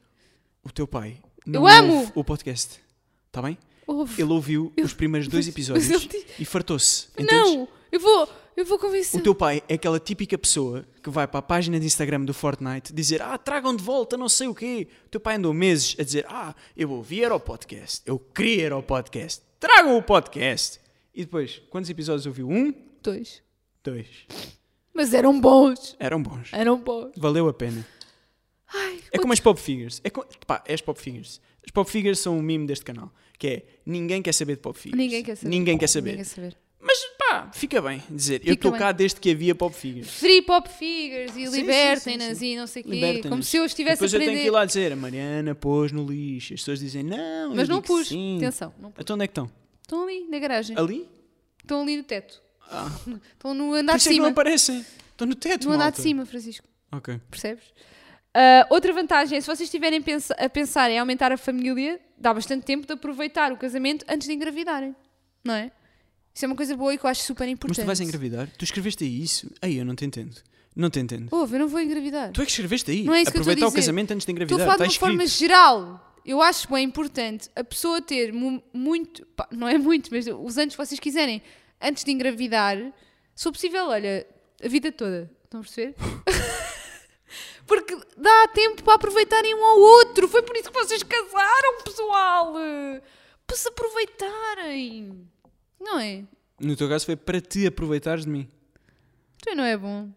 o teu pai.
Eu
não
amo!
ouve O podcast. Está bem?
Ouve.
Ele ouviu os primeiros dois
<laughs> mas-
episódios
mas ele
e fartou-se. entendes?
Não! Eu vou, eu vou
O
convencer.
teu pai é aquela típica pessoa que vai para a página de Instagram do Fortnite dizer Ah, tragam de volta não sei o quê. O teu pai andou meses a dizer Ah, eu ouvi era o podcast, eu queria era o podcast, tragam o podcast. E depois, quantos episódios ouviu? Um,
Dois.
dois.
Mas eram bons.
Eram bons.
Eram bons.
Valeu a pena.
Ai,
É como as pop figures. É, co- pá, é as pop figures. As pop figures são o mimo deste canal. Que é, ninguém quer saber de pop figures.
Ninguém quer saber.
Ninguém quer saber.
Ninguém quer saber.
Mas pá, fica bem dizer. eu
Fica
estou
bem.
cá desde que havia pop figures.
Free pop figures e
sim, sim,
libertem-nas
sim.
e não sei o quê.
Libertem-nos.
Como se eu estivesse a
Depois eu tenho que
aprender.
ir lá dizer, a Mariana pôs no lixo. As pessoas dizem, não, eu
Mas não
digo
pus.
sim.
Atenção. Não pus.
Então onde é que estão?
Estão ali na garagem.
Ali?
Estão ali no teto. Estão
Ah.
no
Por
andar de
isso é que não
cima.
aparecem. Estão no teto,
No andar de
malta.
cima, Francisco.
Ok.
Percebes? Ah, outra vantagem é se vocês estiverem pensa- a pensar em aumentar a família, dá bastante tempo de aproveitar o casamento antes de engravidarem, não é? Isso é uma coisa boa e que eu acho super
Mas tu
importante.
vais engravidar? Tu escreveste aí isso? Aí eu não te entendo. Não te entendo.
Ouve, eu não vou engravidar.
Tu é que escreveste aí.
Não é isso que eu
Aproveitar
estou a
o
dizer.
casamento antes de
Estou
engravidar.
a falar de
Está
uma
tá escrito.
forma geral. Eu acho bem importante a pessoa ter mu- muito, pá, não é muito, mas os anos que vocês quiserem, antes de engravidar, se for possível, olha, a vida toda. Estão a perceber? <laughs> Porque dá tempo para aproveitarem um ao outro. Foi por isso que vocês casaram, pessoal. Para se aproveitarem. Não é?
No teu caso foi para te aproveitares de mim.
Tu não é bom.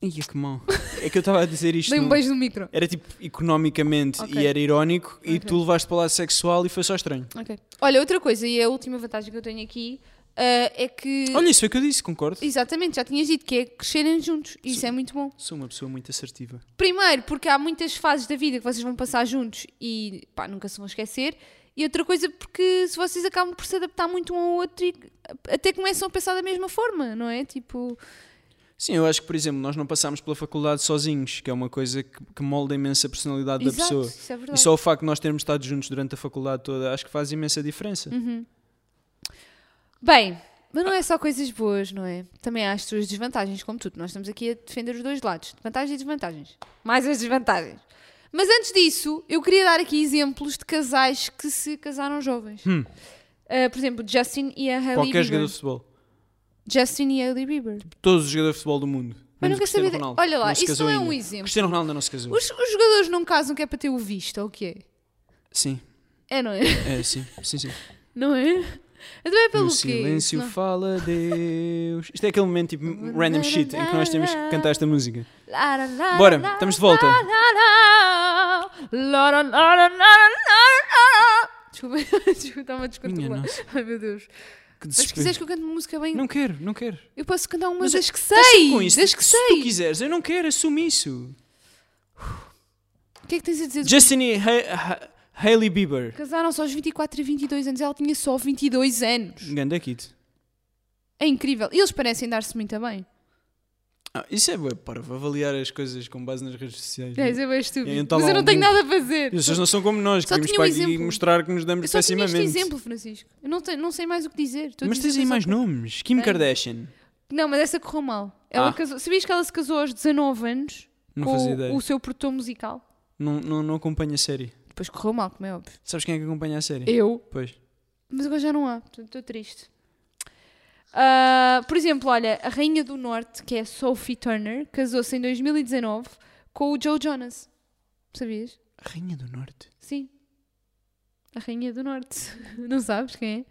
Ai, que mal. É que eu estava a dizer isto.
Dei um
num-
beijo no micro.
Era tipo economicamente
Ok.
e era irónico e tu levaste para lá sexual e foi só estranho.
Ok. Olha, outra coisa, e a última vantagem que eu tenho aqui ah, é que.
Olha, isso foi o que eu disse, concordo.
Exatamente, já tinhas dito que é crescerem juntos. e Isso é muito bom.
Sou uma pessoa muito assertiva.
Primeiro, porque há muitas fases da vida que vocês vão passar juntos e pá, nunca se vão esquecer. E outra coisa, porque se vocês acabam por se adaptar muito um ao outro e até começam a pensar da mesma forma, não é? Tipo,
Sim, eu acho que, por exemplo, nós não passámos pela faculdade sozinhos, que é uma coisa que, que molda imenso a personalidade da
Exato,
pessoa.
isso é
e
verdade.
só o facto de nós termos estado juntos durante a faculdade toda, acho que faz imensa diferença.
Uhum. Bem, mas não é só coisas boas, não é? Também há as suas desvantagens, como tudo. Nós estamos aqui a defender os dois lados. Vantagens e desvantagens. Mais as desvantagens. Mas antes disso, eu queria dar aqui exemplos de casais que se casaram jovens. Ah, por exemplo, Justin e a Hailey
Hum. Qualquer
Bieber.
jogador de futebol.
Justin e Hailey Bieber.
Todos os jogadores de futebol do mundo. menos
Mas nunca
o Cristiano
sabia-
Ronaldo,
olha lá,
que se
isso
casou
não é um
ainda.
exemplo.
Cristiano Ronaldo ainda não se casou.
Os, os jogadores não casam que é para ter o visto, ou o quê?
Sim,
É, <laughs> não é?
é, sim, sim, sim.
Não é? Então é pelo
No
quê?
silêncio
Não.
fala Deus. Isto é aquele momento tipo random shit em que nós temos que cantar esta música.
Lá, lá, lá,
Bora,
lá,
estamos de volta.
lá, lá, lá. Lá, lá, lá, lá, lá, lá, lá, lá. Desculpa, <laughs> desculpa, estava a
Minha
descontrolar.
nossa.
Ai meu Deus.
Que
Mas se
desespero.
quiseres que eu cante uma música bem.
Não quero, não quero.
Eu posso cantar uma
Mas é
das que
Estás sempre
sei.
com isto.
Das que
Se tu
sei.
quiseres, eu não quero, assume isso.
O que é que tens a dizer? do-
Justin e Ha- Ha- Hailey Bieber.
Casaram-se aos 24 e 22 anos. Ela tinha só 22 anos.
Ganda Kid.
É incrível. E eles parecem dar-se muito bem.
Ah, isso é bué parvo, avaliar as coisas com base nas redes sociais.
É,
né?
isso é bem estúpido.
E então
Mas
lá
eu não
um
tenho
grupo.
nada a fazer.
As pessoas não são como nós,
Só
queremos
tinha um
para aqui
exemplo.
mostrar que nos damos
Eu só tinha este
pessimamente.
exemplo, Francisco. Eu não, tenho- não sei mais o que dizer. Estou a
Mas
dizer assim
tens aí
só-
mais nomes. Kim
Tenho.
Kardashian.
Não, mas essa correu mal. Ela
Ah.
casou- Sabias que ela se casou aos 19 anos
Não fazia
com
ideia.
o seu produtor musical?
Não, não, não acompanha a série.
Depois correu mal, como é óbvio.
Sabes quem é que acompanha a série?
Eu.
Pois.
Mas agora já não há, portanto estou triste. Ah, por exemplo, olha, a Rainha do Norte, que é Sophie Turner, casou-se em 2019 com o Joe Jonas. Sabias?
A Rainha do Norte.
Sim. A Rainha do Norte. <laughs> Não sabes quem é?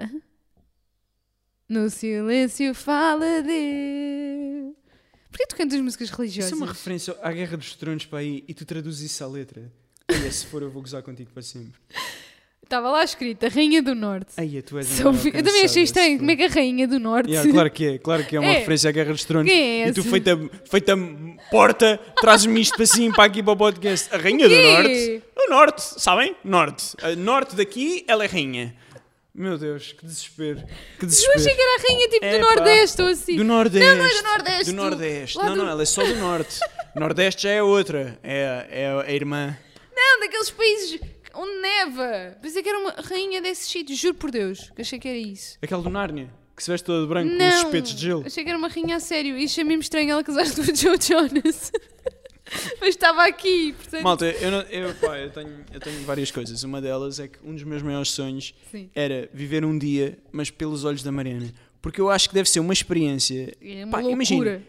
Hã? No silêncio fala de. Porquê tu cantas músicas religiosas?
Isso é uma referência à Guerra dos Tronos para aí e tu traduzes isso à letra. Olha, se for eu vou gozar contigo para sempre.
Estava lá escrita Rainha do Norte.
Aí, tu és um a maior
Sophie- Eu também achei
cansada,
estranho.
se
Como é que é a Rainha do Norte?
Yeah, claro que é, claro que é uma
É.
referência à Guerra dos Tronos.
Quem é
E tu,
esse?
feita, feita porta, traz-me isto para assim, para aqui para o podcast. A Rainha do
quê?
Norte. O Norte, sabem? Norte. A norte daqui, ela é Rainha. Meu Deus, que desespero. Que
<laughs> Eu achei
desespero.
que era a Rainha tipo do
Epá.
Nordeste ou assim.
Do Nordeste.
Não, não é do Nordeste.
Do Nordeste.
Lá
Não,
do-
não, ela é só do Norte. Nordeste já é outra. É, é a irmã.
Não, daqueles países onde neva. Pensei que era uma rainha desses sítios, juro por Deus. Que achei que era isso.
Aquela do Nárnia, que se veste toda de branco com os
Não,
espetos de gelo.
achei que era uma rainha a sério. E achei-me estranho ela casar-se com o Joe Jonas. <laughs> Mas estava aqui, portanto.
Malta, eu, não- eu, pá, eu, tenho, eu tenho várias coisas. Uma delas é que um dos meus maiores sonhos
Sim.
era viver um dia, mas pelos olhos da Mariana. Porque eu acho que deve ser uma experiência.
É uma
Pá,
loucura.
imagina,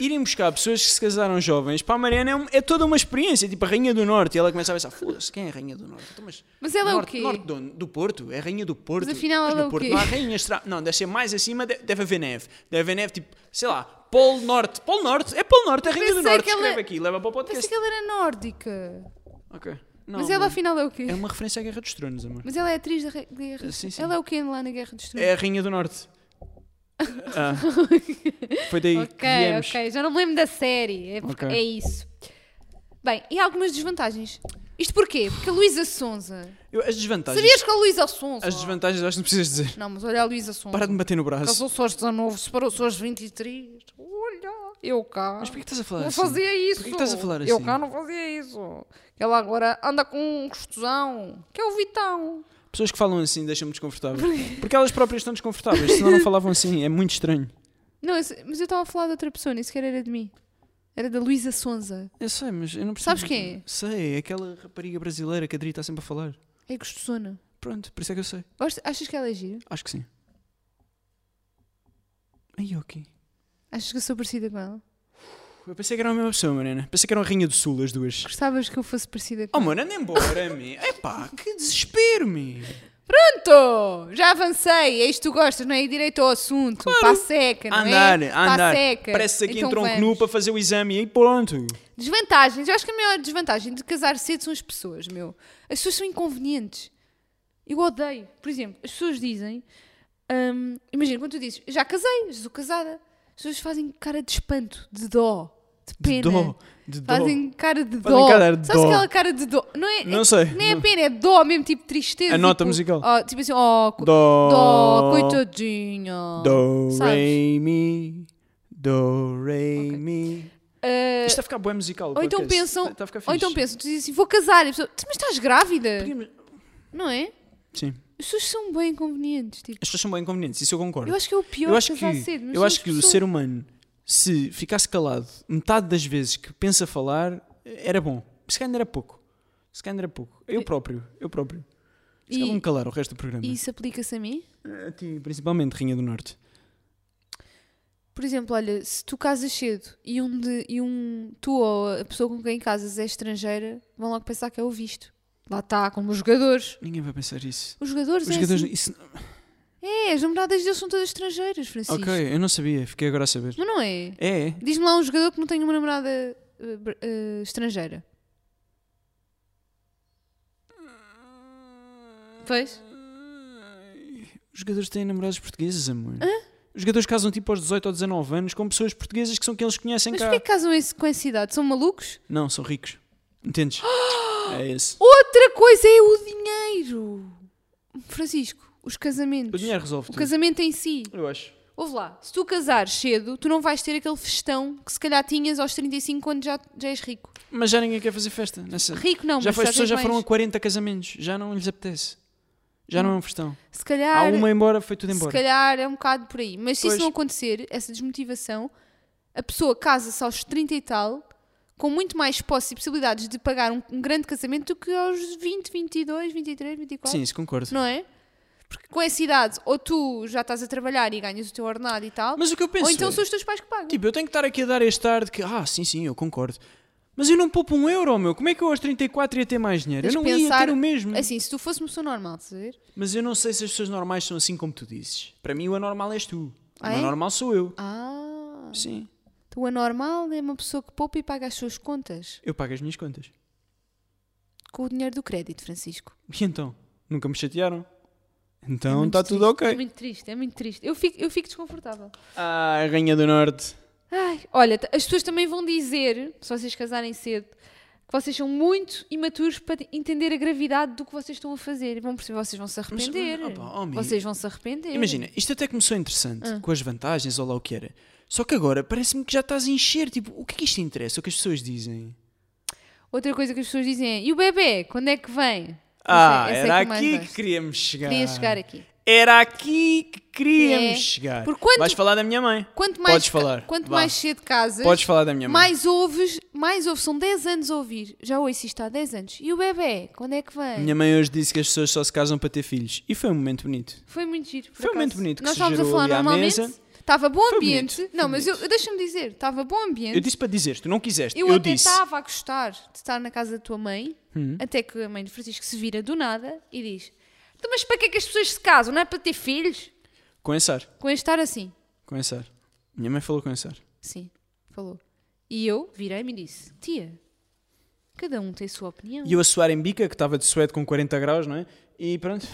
irem buscar pessoas que se casaram jovens, para a Mariana é, um- é toda uma experiência, tipo a Rainha do Norte. E ela começa a pensar: foda-se, quem é a Rainha do Norte? Então, mas
Mas ela é o
norte,
quê?
Norte do, do Porto? É a Rainha do Porto.
Mas afinal
no
ela é o
Porto
quê?
Não há rainhas. será? Não, deve ser mais acima, de- deve haver neve. Deve haver neve, tipo, sei lá, Polo Norte. Polo Norte, é Polo Norte, é a Rainha do
Pensei
Norte.
que ela-
Escreve aqui, leva para o
Pensei
podcast.
que ela era nórdica.
Ok. Não,
Mas ela
não.
afinal é o quê?
É uma referência à Guerra dos Tronos, amor.
Mas ela é atriz da Ra- guerra.
Sim, sim.
Ela é o quê lá na Guerra dos
<laughs>
Tronos?
É a Rainha do
<laughs>
Norte. Ah, foi daí que
Ok,
viemos.
ok, já não me lembro da série. É, porque-
Ok.
é isso. Bem, e há algumas desvantagens. Isto porquê? Porque a Luísa Sonza.
Eu- Tá, as desvantagens.
Sabias que a Luísa Sonza.
As desvantagens eu acho que não precisas dizer.
Não, mas olha a Luísa Sonza.
Para de me bater no braço.
Casou-se aos 19, separou-se aos 23. Olha, eu cá.
Mas porquê que estás a falar
não
assim?
fazia isso.
Porquê que estás a falar
Eu
assim?
cá não fazia isso. Ela agora anda com um costuzão, que é o Vitão.
Pessoas que falam assim deixam-me desconfortável. Porque elas próprias estão desconfortáveis, senão não falavam assim. É muito estranho.
Não, esse- mas eu estava a falar de outra pessoa, nem sequer era de mim. Era da Luísa Sonza.
Eu sei, mas eu não percebo.
Sabes quem é?
Sei, é aquela rapariga brasileira que a Adri está sempre a falar.
É costuzona.
Pronto, por isso é que eu sei.
Gosta- Achas que ela é gira?
Acho que sim. Aí, ok.
Achas que eu sou parecida com ela?
Eu pensei que era a mesma pessoa, Mariana. Pensei que eram a Rainha do Sul, as duas.
Gostavas que eu fosse parecida com
Oh, mano, anda embora, <laughs> me. Epá, que desespero, me.
Pronto! Já avancei, é isto que tu gostas, não é? E direito ao assunto, para a seca, não
A andar,
é?
a andar.
Para a seca.
Parece aqui
Então
em tronco
vamos.
nu para fazer o exame e aí pronto.
Desvantagens, eu acho que a maior desvantagem de casar cedo são as pessoas, meu. As pessoas são inconvenientes. Eu odeio. Por exemplo, as pessoas dizem. hum, imagina, quando tu dizes, já casei, já sou casada. As pessoas fazem cara de espanto, de dó, de
De
pena.
dó, de dó.
Fazem cara de
Fazem
dó.
cara de
Sabes
dó.
aquela cara de dó? Não, é,
Não
é-
sei,
Nem
não.
é pena, é dó mesmo, tipo tristeza.
A nota
tipo,
musical.
ó, tipo assim, oh, co-
Dó.
dó, coitadinho.
Do,
Sabes?
re, mi. Do, re, mi. Isto
Ah,
está a ficar bué musical.
ou então
podcast.
pensam,
Está a ficar
ou então
fixe.
pensam, tu dizes assim, vou casar. E a pessoa, "Tu, mas estás grávida, não é?
Sim.
As pessoas são bem inconvenientes, tipo.
As pessoas são bem inconvenientes, isso eu concordo.
Eu acho que é o pior
eu acho
casar
que,
cedo.
eu
mas são
acho
as
que o
pessoas.
ser humano, se ficasse calado metade das vezes que pensa falar, era bom. Se calhar ainda era pouco. Se calhar ainda era pouco. Eu próprio, eu próprio. Se calhar
E-
vou-me calar o resto do programa.
E isso aplica-se a mim?
A ti, principalmente, Rainha do Norte.
Por exemplo, olha, se tu casas cedo e um, de, e um tu ou a pessoa com quem casas é estrangeira, vão logo pensar que é o visto. Lá está, como os jogadores.
Ninguém vai pensar isso.
Os jogadores,
Os
é,
jogadores.
assim.
Isso...
É, as namoradas deles são todas estrangeiras, Francisco.
Ok, eu não sabia, fiquei agora a saber.
Mas não é?
É, é.
Diz-me lá um jogador que não tem uma namorada eh, br- eh, estrangeira. Pois?
Os jogadores têm namorados portugueses, amor. Os jogadores casam tipo aos 18 ou 19 anos com pessoas portuguesas que são quem eles conhecem
Mas
cá.
porquê que casam esse, com essa idade? São malucos? <gasps>
Não, são ricos. Entendes? É esse.
Outra coisa é o dinheiro. Francisco, os casamentos.
O dinheiro resolve
O
tudo.
casamento em si.
Eu acho.
Ouve lá, se tu casares cedo, tu não vais ter aquele festão que se calhar tinhas aos 35 quando já, já és rico.
Mas já ninguém quer fazer festa. Nessa...
Rico não,
já
mas
foi, as
já
pessoas
tens
já foram a
mais.
40 casamentos. Já não lhes apetece. Já não é um festão.
Se
Há
calhar,
uma embora, foi tudo
se
embora.
calhar é um bocado por aí. Mas se
Pois.
isso não acontecer, essa desmotivação, a pessoa casa-se aos 30 e tal, com muito mais posse e possibilidades de pagar um, um grande casamento do que aos 20, 22, 23, 24.
Sim, isso concordo.
Não é? Porque com essa idade, ou tu já estás a trabalhar e ganhas o teu ordenado e tal,
Mas o que eu penso
ou então
é-
são os teus pais que pagam.
Tipo, eu tenho que estar aqui a dar este ar de que, ah, sim, sim, eu concordo. Mas eu não poupo um euro, meu. Como é que eu aos 34 ia ter mais dinheiro?
Tens
eu não
que
ia ter o mesmo.
Assim, se tu fosse uma pessoa normal, estás a ver?
Mas eu não sei se as pessoas normais são assim como tu dizes. Para mim, o anormal és tu.
Ah,
o
é?
anormal sou eu.
Ah,
Sim.
tu anormal é uma pessoa que poupa e paga as suas contas
Eu pago as minhas contas.
com o dinheiro do crédito, Francisco.
E então? Nunca me chatearam? Então
Muito
está
triste,
tudo
É
ok.
muito triste, é muito triste. Eu fico, eu fico desconfortável.
Ah, a Rainha do Norte.
Ai, olha, t- as pessoas também vão dizer, se vocês casarem cedo, que vocês são muito imaturos para entender a gravidade do que vocês estão a fazer. E Vão perceber, vocês vão se arrepender.
opa, homem,
vocês vão se arrepender.
Imagina, isto até começou interessante,
Ah.
com as vantagens ou lá o que era. Só que agora parece-me que já estás a encher. Tipo, o que é que isto interessa? O que as pessoas dizem?
Outra coisa que as pessoas dizem é: e o bebê, quando é que vem?
Ah,
Essa é- essa é
era
eu mais
aqui que
gosto.
queríamos chegar.
Queria chegar aqui.
Era aqui que queríamos
É.
chegar.
Porque quanto-
Vais falar da minha mãe.
Quanto mais,
Podes
ca-
falar.
Quanto
Vá.
mais cedo casas,
Podes falar da minha mãe.
mais ouves, mais ouves. São 10 anos a ouvir. Já ouço isto há 10 anos. E o bebê, quando é que vem?
Minha mãe hoje disse que as pessoas só se casam para ter filhos. E foi um momento bonito.
Foi muito giro. por
Foi um
acaso.
momento bonito que
Nós
se
estávamos a
gerou
falar
ali à
normalmente.
mesa.
Estava bom
Foi
ambiente.
bonito, foi
não, mas eu,
bonito.
deixa-me dizer, estava bom ambiente.
Eu disse para dizeres, tu não quiseste.
Eu
Eu,
até
disse. Hum.
estava a gostar de estar na casa da tua mãe, até que a mãe de Francisco se vira do nada e diz: "Então, Mas para que é que as pessoas se casam? Não é para ter filhos?
Começar.
Com este estar assim.
Começar. Minha mãe falou começar.
Sim, falou. E eu virei-me e disse: Tia, cada um tem a sua opinião.
E eu a suar em bica, que estava de suede com 40 graus, não é? E pronto.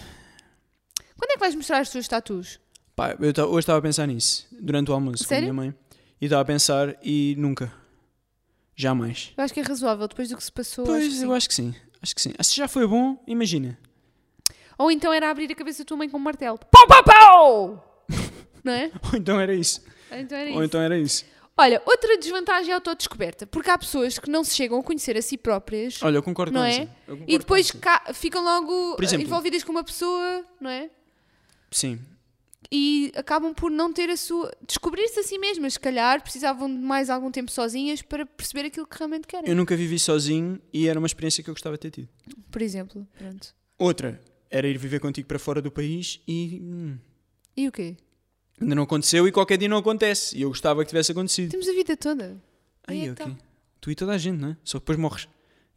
Quando é que vais mostrar as tuas tatuas?
Pá, eu ta- hoje estava a pensar nisso. Durante o almoço
Sério?
com a minha mãe. E estava a pensar e nunca. Jamais.
Eu acho que é razoável depois do que se passou.
pois,
acho que
eu
sim.
acho que sim. Acho que sim. Ah, Se já foi bom, imagina. <laughs>
Ou então era abrir a cabeça da tua mãe com um martelo. Pau, pau, pau! <laughs> Não é?
Ou então era isso.
Então era
Ou
isso.
então era isso.
Olha, outra desvantagem é a autodescoberta, porque há pessoas que não se chegam a conhecer a si próprias,
Olha, eu concordo
não
com
é?
isso. Eu concordo
E depois
com isso.
ca- ficam logo
Por
eh,
exemplo.
envolvidas com uma pessoa, não é?
Sim.
e acabam por não ter a sua. descobrir-se a si mesmas. Se calhar precisavam de mais algum tempo sozinhas para perceber aquilo que realmente querem.
Eu nunca vivi sozinho e era uma experiência que eu gostava de ter tido.
Por exemplo. Pronto.
Outra era ir viver contigo para fora do país e hum,
E o quê?
ainda não aconteceu e qualquer dia não acontece. E eu gostava que tivesse acontecido.
Temos a vida toda. Aí
Ai,
é que
ok.
tá.
Tu e toda a gente, não é? Só que depois morres.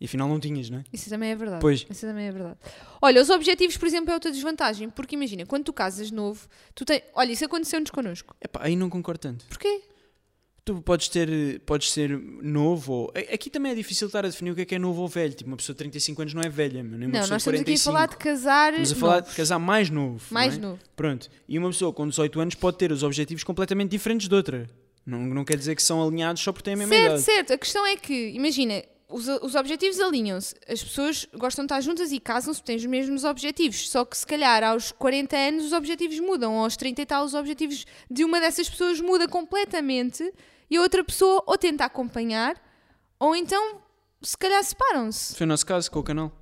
E afinal não tinhas, não é?
Isso também é verdade.
Pois.
Isso também é verdade. Olha, os objetivos, por exemplo, é outra desvantagem. Porque imagina, quando tu casas novo, tu tens. Olha, isso aconteceu-nos connosco.
Epá, aí não concordo tanto.
Porquê?
Tu podes ter, podes ser novo ou... A- Aqui também é difícil estar a definir o que é que é novo ou velho. Tipo, uma pessoa de 35 anos não é velha, meu, nem uma
não,
pessoa
nós
de
estamos aqui
45.
a falar de casar.
Estamos a falar
novo.
de casar mais novo.
Mais
não é?
novo.
Pronto. E uma pessoa com 18 anos pode ter os objetivos completamente diferentes de outra. Não, não quer dizer que são alinhados só porque têm a mesma
Certo,
idade.
certo. A questão é que, imagina, os, os objetivos alinham-se. As pessoas gostam de estar juntas e casam-se, têm os mesmos objetivos. Só que, se calhar, aos 40 anos os objetivos mudam, ou aos 30 e tal, os objetivos de uma dessas pessoas muda completamente e a outra pessoa ou tenta acompanhar, ou então, se calhar, separam-se.
Foi o nosso caso com o canal.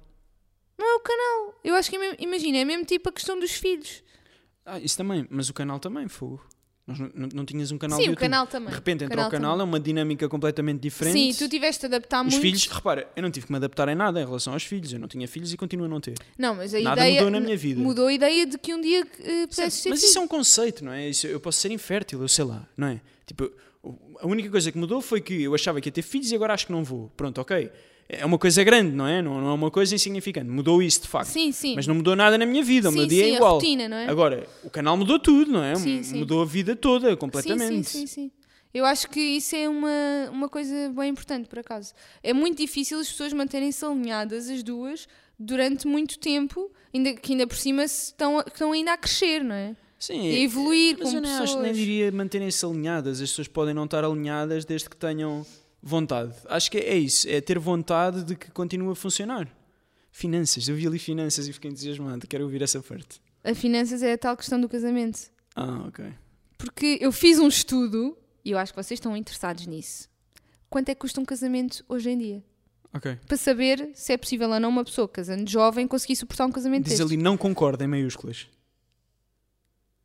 Não é o canal. Eu acho que, é mesmo- imagina, é mesmo tipo a questão dos filhos.
Ah, isso também. Mas o canal também, fogo. Nós não, não, não tinhas um canal
Sim,
de
o
YouTube.
canal também.
De repente
O
entra
canal
o canal, é uma dinâmica completamente diferente.
Sim, tu tiveste de adaptar
Os
muito.
filhos, repara, eu não tive que me adaptar em nada em relação aos filhos. Eu não tinha filhos e continuo a não ter.
Não, mas a
Nada
ideia.
mudou na minha vida.
Mudou a ideia de que um dia eh, pudesses ter
Mas
filhos.
isso é um conceito, não é? Isso- eu posso ser infértil, eu sei lá, não é? Tipo, eu- a única coisa que mudou foi que eu achava que ia ter filhos e agora acho que não vou. Pronto, ok. É uma coisa grande, não é? Não, não é uma coisa insignificante. Mudou isso, de um facto.
Sim, sim.
Mas não é mudou nada na minha vida. O
Sim,
meu dia
sim,
é
a
igual.
rotina, não é?
Agora, o canal mudou tudo, não é?
Sim, sim.
Mudou a vida toda, completamente.
Sim, sim, sim, sim. Eu acho que isso é uma, uma coisa bem importante, por acaso. É muito difícil as pessoas manterem-se alinhadas, as duas, durante muito tempo, ainda, que ainda por cima se estão, que estão ainda a crescer, não é?
Sim,
E evoluir
mas
como
eu nem acho, nem
pessoas.
diria manterem-se alinhadas. As pessoas podem não estar alinhadas desde que tenham vontade. Acho que é isso, é ter vontade de que continue a funcionar. Finanças, eu vi ali finanças e fiquei entusiasmado, quero ouvir essa parte.
A finanças é a tal questão do casamento.
Ah, ok.
Porque eu fiz um estudo, e eu acho que vocês estão interessados nisso. Quanto é que custa um casamento hoje em dia?
Ok.
Para saber se é possível ou não uma pessoa casando jovem conseguir suportar um casamento
Diz
deste.
ali não concorda em maiúsculas.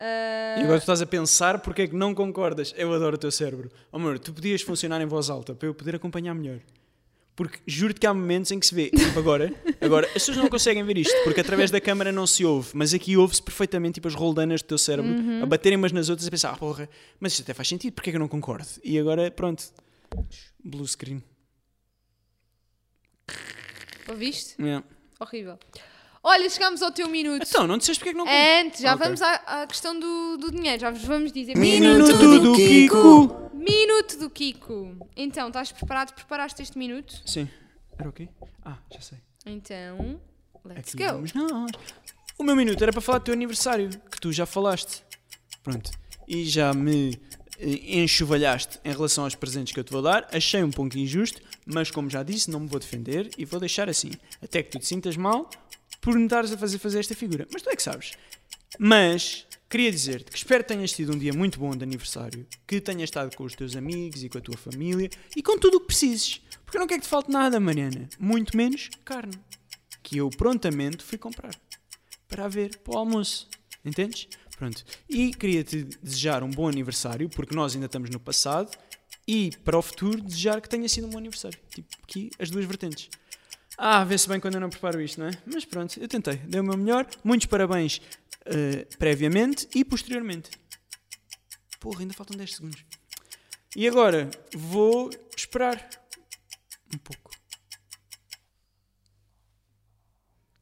Ah,
E agora tu estás a pensar porque é que não concordas. Eu adoro o teu cérebro. Oh, Amor, tu podias funcionar em voz alta para eu poder acompanhar melhor. Porque juro-te que há momentos em que se vê. Tipo agora, agora, as pessoas não conseguem ver isto porque através da câmara não se ouve, mas aqui ouve-se perfeitamente tipo, as roldanas do teu cérebro
Uhum.
a baterem umas nas outras e a pensar, ah, porra, mas isto até faz sentido, porque é que eu não concordo? E agora, pronto. Blue screen.
Ouviste?
Yeah.
Horrível. Olha, chegámos ao teu minuto.
Então, não disseste porque é que não concordas?
Antes, já
Ok.
vamos à, à questão do, do dinheiro, já vos vamos dizer.
Minuto do Kiko!
Minuto do Kiko. Então, estás preparado? Preparaste este minuto?
Sim. Era o quê? Ah, já sei.
Então, let's
Aqui
go.
É vamos nós. O meu minuto era para falar do teu aniversário, que tu já falaste. Pronto. E já me eh, enxovalhaste em relação aos presentes que eu te vou dar. Achei um pouco injusto, mas como já disse, não me vou defender e vou deixar assim. Até que tu te sintas mal por me dares a fazer fazer esta figura. Mas tu é que sabes. Mas queria dizer-te que espero que tenhas tido um dia muito bom de aniversário, que tenhas estado com os teus amigos e com a tua família e com tudo o que precises. Porque eu não quero que te falte nada, Mariana. Muito menos carne. Que eu prontamente fui comprar. Para haver para o almoço. Entendes? Pronto. E queria-te desejar um bom aniversário, porque nós ainda estamos no passado. E para o futuro, desejar que tenha sido um bom aniversário. Tipo, aqui as duas vertentes. Ah, vê-se bem quando eu não preparo isto, não é? Mas pronto, eu tentei, dei o meu melhor. Muitos parabéns eh, previamente e posteriormente. Porra, ainda faltam 10 segundos. E agora vou esperar um pouco.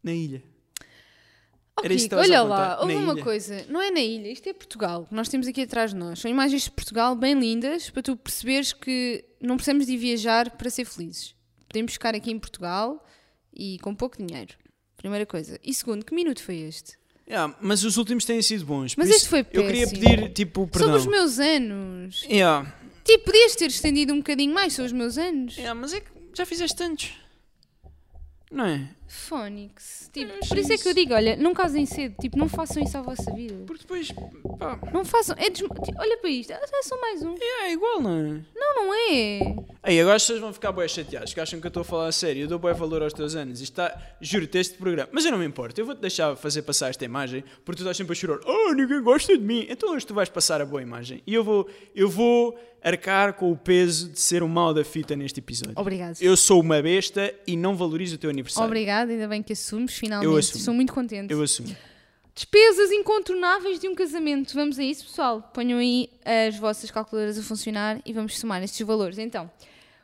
Na ilha.
Oh,
Era isto
Kiko,
que estavas a
olha
apontar,
lá, houve
na
uma
ilha.
coisa. Não é na ilha, isto é Portugal. que Nós temos aqui atrás de nós. São imagens de Portugal bem lindas para tu perceberes que não precisamos de ir viajar para ser felizes. Podemos ficar aqui em Portugal e com pouco dinheiro. Primeira coisa. E segundo, que minuto foi este?
Yeah, mas os últimos têm sido bons. por
Mas
isso
este foi
Eu queria
péssimo.
pedir, tipo,
São
perdão.
os meus anos.
Yeah.
Tipo, podias ter estendido um bocadinho mais, são os meus anos.
Yeah, mas é que já fizeste tantos. Não é?
Fónix. Tipo,
Mas
por isso é que eu
isso-
digo, olha, não casem cedo. Tipo, não façam isso à vossa vida.
Porque depois, pá,
Não façam. É desmo- tipo, Olha para isto. Ah, é só mais um.
yeah, é igual, não é?
Não, não é.
Aí, agora as pessoas vão ficar boas chateadas, que acham que eu estou a falar a sério, eu dou bom valor aos teus anos, isto está, juro-te, este programa. Mas eu não me importo, eu vou-te deixar fazer passar esta imagem, porque tu estás sempre a chorar, oh, ninguém gosta de mim. Então hoje tu vais passar a boa imagem. E eu vou, eu vou arcar com o peso de ser o mal da fita neste episódio.
Obrigado.
Eu sou uma besta e não valorizo o teu aniversário.
Obrigada, ainda bem que assumes, finalmente.
Eu assumo.
Estou muito contente.
Eu assumo.
Despesas incontornáveis de um casamento. Vamos a isso, pessoal. Ponham aí as vossas calculadoras a funcionar e vamos somar estes valores. Então,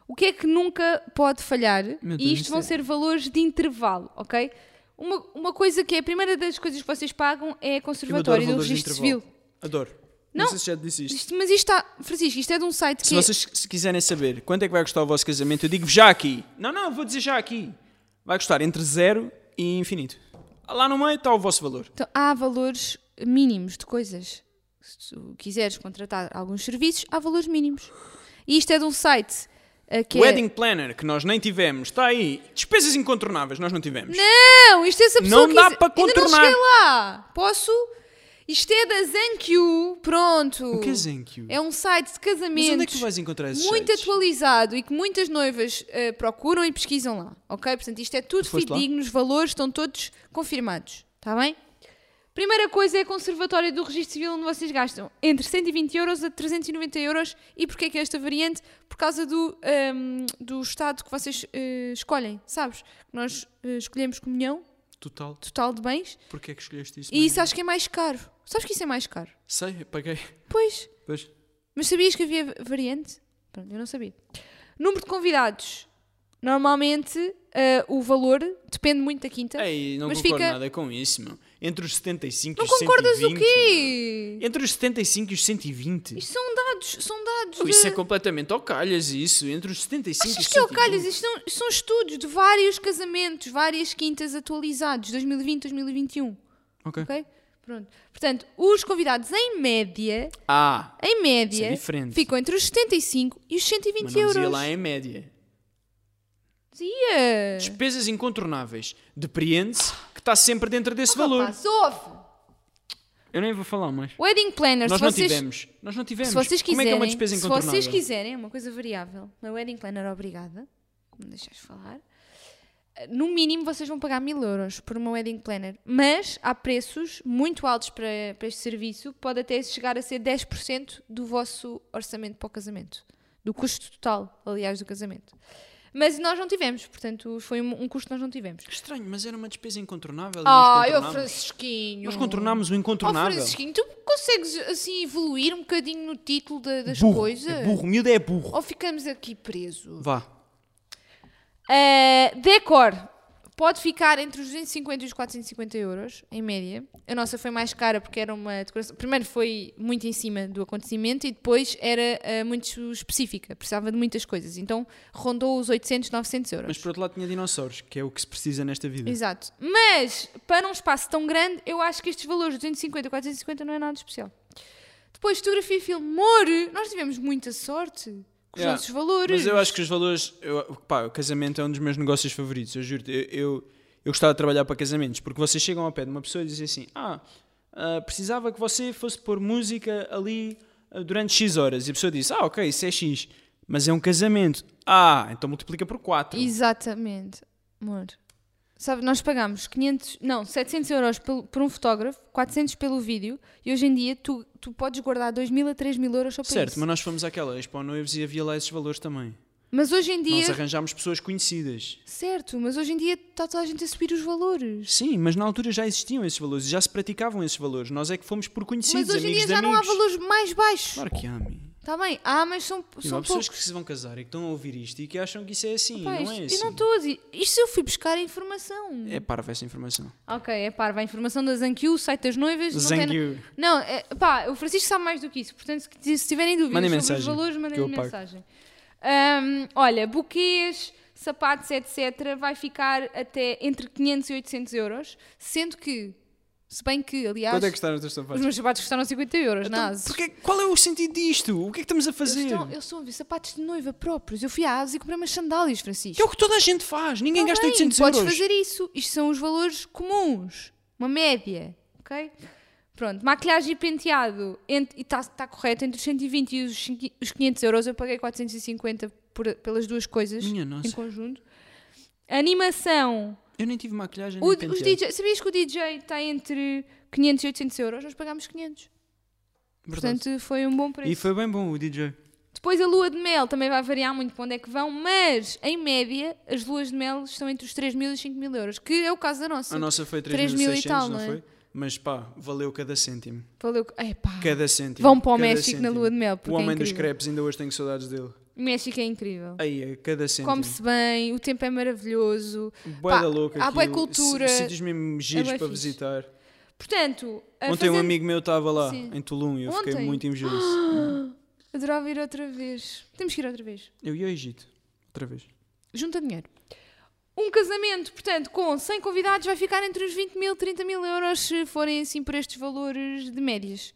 o que é que nunca pode falhar?
Meu Deus,
e isto
isto
vão
é-
ser valores de intervalo, ok? Uma, uma coisa que é a primeira das coisas que vocês pagam é a
Eu adoro
Conservatória do
valores de
Registro
intervalo.
Civil.
Adoro. Não,
Não.
sei se já te disse isto.
Isto- mas isto está, Francisco, isto é de um site que
Se vocês se quiserem saber quanto é que vai custar o vosso casamento, eu digo já aqui. Não, não, vou dizer já aqui. Vai custar entre zero e infinito. Lá no meio está o vosso valor.
Então, há valores mínimos de coisas. Se tu quiseres contratar alguns serviços, há valores mínimos. E isto é de um site eh, que
Wedding
é...
Planner, que nós nem tivemos, está aí. Despesas incontornáveis, nós não tivemos.
Não, isto é se a pessoa
Não dá
quiser-
para contornar.
Ainda não cheguei lá. Posso? Isto é da ZenQ. Pronto.
O que é ZenQ?
É um site de
Mas
casamentos.
onde é que tu vais encontrar esses
Muito
sites?
atualizado e que muitas noivas eh, procuram e pesquisam lá, ok? Portanto, isto é tudo
Tu foste lá?
fidedigno, os valores estão todos confirmados, está bem? Primeira coisa é a conservatória do registro civil onde vocês gastam entre 120 euros a 390 euros e porquê é que é esta variante? Por causa do, ehm, do estado que vocês eh, escolhem, sabes? Nós eh, escolhemos comunhão,
Total.
total de bens
Porquê é que escolheste isso?
e isso acho que é mais caro. Sabes que isso é mais caro?
Sei, paguei.
Pois,
Pois.
mas sabias que havia variante? Pronto, eu não sabia. Número de convidados. Normalmente eh, o valor depende muito da quinta.
Ei, não
mas
concordo
fica.
nada com isso, meu. Entre os 75
Não
e os
concordas
120.
o quê?
Entre os 75 e os 120.
Isto são dados, são dados.
Oh,
de-
isso é tipo, completamente ao calhas, isso. Entre os 75 e um.
Achas
os
que é o
120.
calhas? Isto são, isto são estudos de vários casamentos, várias quintas atualizados, 2020, 2021.
Ok.
Ok? Pronto. Portanto, os convidados em média,
Ah,
em média,
diferente.
ficam entre os 75 e os 120
mas não
euros.
dizia lá em média.
Ia!
Despesas incontornáveis. Depreende-se que está sempre dentro desse valor.
Pá, ouve!
Eu nem vou falar mais.
Wedding planner,
Nós
se
não
vocês...
tivemos. Nós não tivemos.
Se vocês
Como é
quiserem,
que é uma despesa
se
incontornável?
vocês quiserem, é uma coisa variável. Uma wedding planner, obrigada. Me deixas falar. No mínimo, vocês vão pagar mil euros por uma wedding planner. Mas há preços muito altos para, para este serviço. Pode até chegar a ser 10% do vosso orçamento para o casamento. Do custo total, aliás, do casamento. Mas nós não tivemos. Portanto, foi um, um custo que nós não tivemos.
Estranho, mas era uma despesa incontornável. e
Ah,
nós
eu,
contornámos.
Francisquinho.
Nós contornámos o
Oh,
incontornável.
Francisquinho, tu consegues assim evoluir um bocadinho no título da- das
burro,
coisas? Oh.
é burro, miúdo é burro.
Ou ficamos aqui preso?
Vá.
Uh, decor. Pode ficar entre os 250 e os 450 euros, em média. A nossa foi mais cara porque era uma decoração. Primeiro foi muito em cima do acontecimento e depois era uh, muito específica, precisava de muitas coisas. Então rondou os 800, 900 euros.
Mas por outro lado tinha dinossauros, que é o que se precisa nesta vida.
Exato. Mas, para um espaço tão grande, eu acho que estes valores, 250, 450, não é nada especial. Depois, fotografia e filme. Amor, nós tivemos muita sorte com os
Yeah.
nossos valores.
Mas eu acho que os valores. eu- pá, o casamento é um dos meus negócios favoritos, eu juro. Eu, eu, eu gostava de trabalhar para casamentos, porque vocês chegam ao pé de uma pessoa e dizem assim: Ah, ah, precisava que você fosse pôr música ali ah, durante X horas. E a pessoa diz: Ah, ok, isso é X. Mas é um casamento. Ah, então multiplica por 4.
Exatamente, amor. Sabe, nós pagámos 500, não, 700 euros pelo- por um fotógrafo, 400 pelo vídeo, e hoje em dia tu, tu podes guardar 2 mil a 3 mil euros só para
Certo,
é isso.
mas nós fomos àquela Expo Noivos e havia lá esses valores também.
Mas hoje em dia,
Nós arranjámos pessoas conhecidas.
certo, mas hoje em dia está toda a gente a subir os valores.
Sim, mas na altura já existiam esses valores e já se praticavam esses valores. Nós é que fomos por conhecidos,
mas hoje em
amigos
dia
de
já não há
amigos.
valores mais baixos.
Claro que há, amigo.
Está bem, ah, mas são,
E
são
há pessoas
poucos.
que se vão casar e que estão a ouvir isto e que acham que isso é assim, não
Pá,
é
isto-
assim.
eu não estou a dizer. Isto eu fui buscar a informação.
É parva essa informação.
Ok, é parva. A informação da Zankyu, site das noivas. não tem na-
Zankyu.
Não, é, pá, o Francisco sabe mais do que isso. Portanto, se, quis- se tiverem dúvidas
Mandem
sobre
mensagem,
os valores,
que
mandem
eu pago.
mensagem. Ahm, olha, buquês, sapatos, etc. vai ficar até entre 500 e 800 euros. Sendo que, se bem que, aliás,
Quanto é que custaram os teus
os
sapatos?
meus sapatos custaram 50 euros, na ASUS.
Porquê- qual é o sentido disto? O que é que estamos a fazer?
Eles estão- eles estão a ver sapatos de noiva próprios. Eu fui à ASUS e comprei umas sandálias, Francisco.
Que é o que toda a gente faz. Ninguém
Tá
gasta
bem,
800
podes
euros.
fazer isso. Isto são os valores comuns. Uma média, ok? Pronto, maquilhagem e penteado. Entre, e está correto, entre os 120 e os, cinqui- os 500 euros eu paguei 450 por- pelas duas coisas
Minha nossa.
em conjunto. Animação.
Eu nem tive maquilhagem
O,
nem
os
penteado.
DJ, sabias que o DJ está entre 500 e 800 euros? Nós pagámos 500.
Verdade.
Portanto, foi um bom preço.
E foi bem bom o DJ.
Depois a lua de mel também vai variar muito para onde é que vão, mas em média as luas de mel estão entre os 3 mil e os 5 mil euros, que é o caso da nossa.
A nossa foi
3.600,
3.600, não
não é?
foi? Mas pá, valeu cada cêntimo.
Valeu. Epá.
Cada cêntimo.
Vão para o
Cada
México na
cêntimo.
lua de mel, porque
O homem
é
dos
incrível.
crepes, ainda hoje tenho saudades dele.
O México é incrível.
Aí, a cada cêntimo.
Come-se bem, o tempo é maravilhoso.
Bué
Pá,
da louca
Há boa
aquilo.
cultura. É
S- Sítios mesmo giros
bué
para
fixe.
visitar.
Portanto, a
Ontem um
fazenda-
amigo meu estava lá,
Sim.
em Tulum, e eu fiquei
Ontem?
muito invejoso.
<gasps> adorava ir outra vez. Temos que ir outra vez.
Eu ia ao Egito, outra vez.
Junta dinheiro. Um casamento, portanto, com 100 convidados vai ficar entre os 20 mil, 30 mil euros se forem assim por estes valores de médias.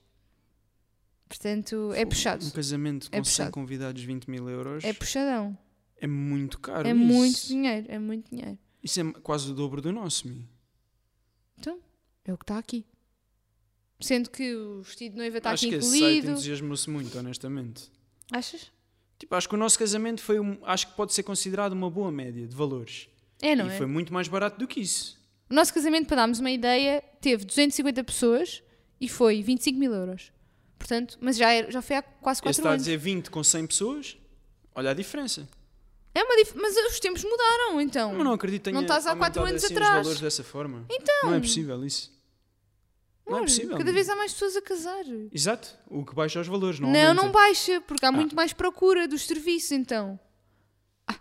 Portanto, é puxado.
Um casamento com 100
É puxado.
convidados, 20 mil euros,
É
é,
puxadão.
muito caro.
É
isso.
muito dinheiro, é muito dinheiro.
Isso é quase o dobro do nosso, mi.
Então, é o que está aqui. Sendo que o vestido de noiva está
Acho
Tá aqui
que esse site
incluído.
entusiasmou-se muito, honestamente.
Achas?
Tipo, acho que o nosso casamento foi um, acho que pode ser considerado uma boa média de valores.
É, não
e
é?
foi muito mais barato do que isso.
O nosso casamento, para darmos uma ideia, teve 250 pessoas e foi 25 mil euros. Portanto, mas já, era- já foi há quase
Esse
4
está a
anos.
dizer 20 com 100 pessoas, olha a diferença.
É uma dif... Mas os tempos mudaram, então.
Eu não acredito que
Não
tenha
estás há quatro
aumentado
anos
assim
atrás.
os valores dessa forma. Então. Não é possível isso. Não é
Amor,
possível.
Cada vez há mais pessoas a casar. Não,
Exato, o que baixa os valores, não
não,
aumenta. Ah.
baixa, porque há muito mais procura dos serviços, então. Ah,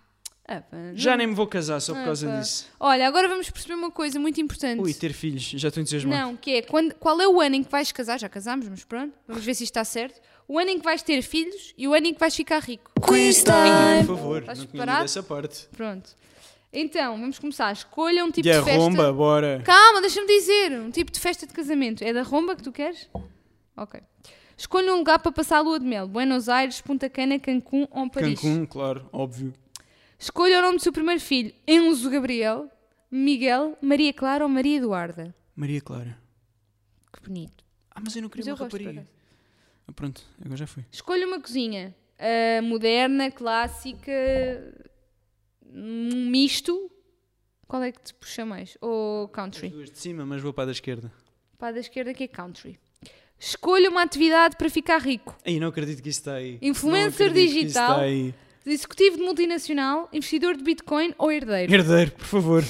ah, pá, não.
Já nem me vou casar só por
Ah,
causa
pá.
disso.
Olha, agora vamos perceber uma coisa muito importante.
Ui, ter filhos, já estou entusiasmado.
Não, que é quando, qual é o ano em que vais casar? Já casámos, mas pronto, vamos ver se isto está certo. O ano em que vais ter filhos e o ano em que vais ficar rico.
Quiz
Ai,
time!
por favor,
Estás
não tinha
preparado?
lido essa parte.
Pronto. Então, vamos começar. Escolha um tipo
e a
de festa.
romba, bora.
Calma, deixa-me dizer. Um tipo de festa de casamento. É da romba que tu queres? Ok. Escolha um lugar para passar a lua de mel. Buenos Aires, Punta Cana, Cancún ou Paris.
Cancún, claro, óbvio.
Escolha o nome do seu primeiro filho: Enzo Gabriel, Miguel, Maria Clara ou Maria Eduarda.
Maria Clara.
Que bonito.
Ah, mas eu não queria
Mas eu
uma
gosto, por
rapariga.
acaso.
Ah, pronto, agora já fui.
Escolha uma cozinha: ah, moderna, clássica, um misto. Qual é que te puxa mais? Ou country?
Duas de cima, mas vou para a da esquerda.
Para a da esquerda que é country. Escolha uma atividade para ficar rico.
Aí não acredito que isso está aí.
Influencer
Não acredito que isso
digital.
está aí.
Executivo de multinacional, investidor de Bitcoin ou herdeiro.
Herdeiro, por favor.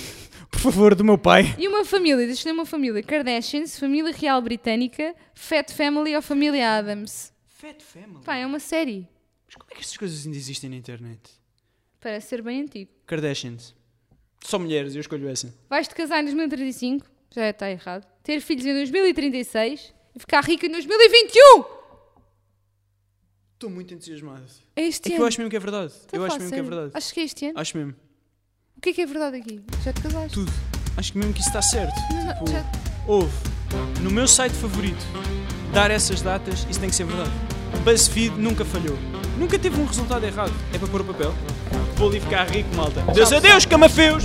Por favor, do meu pai.
E uma família, deixa eu ter uma família. Kardashians, família real britânica, Fat Family ou família Adams.
Fat Family.
Pá, é uma série.
Mas como é que estas coisas ainda existem na internet?
Parece ser bem antigo.
Kardashians. Só mulheres, eu escolho essa.
Vais-te casar em 2035, já está errado. Ter filhos em 2036 e um? ficar rica em 2021!
Estou muito entusiasmado.
É
É
este
que
ano.
eu acho mesmo que é verdade.
Estou a
eu acho
falar
mesmo que é
Então sério.
verdade.
Achas que é este ano?
Acho mesmo.
O que é que é verdade aqui? Já te casaste?
Tudo. Acho que mesmo que isso está certo.
Não, não,
Tipo,
já-
Houve. No meu site favorito, dar essas datas, isso tem que ser verdade. BuzzFeed nunca falhou. Nunca teve um resultado errado. É para pôr o papel. Vou ali ficar rico, malta. é Deus adeus, camafeus!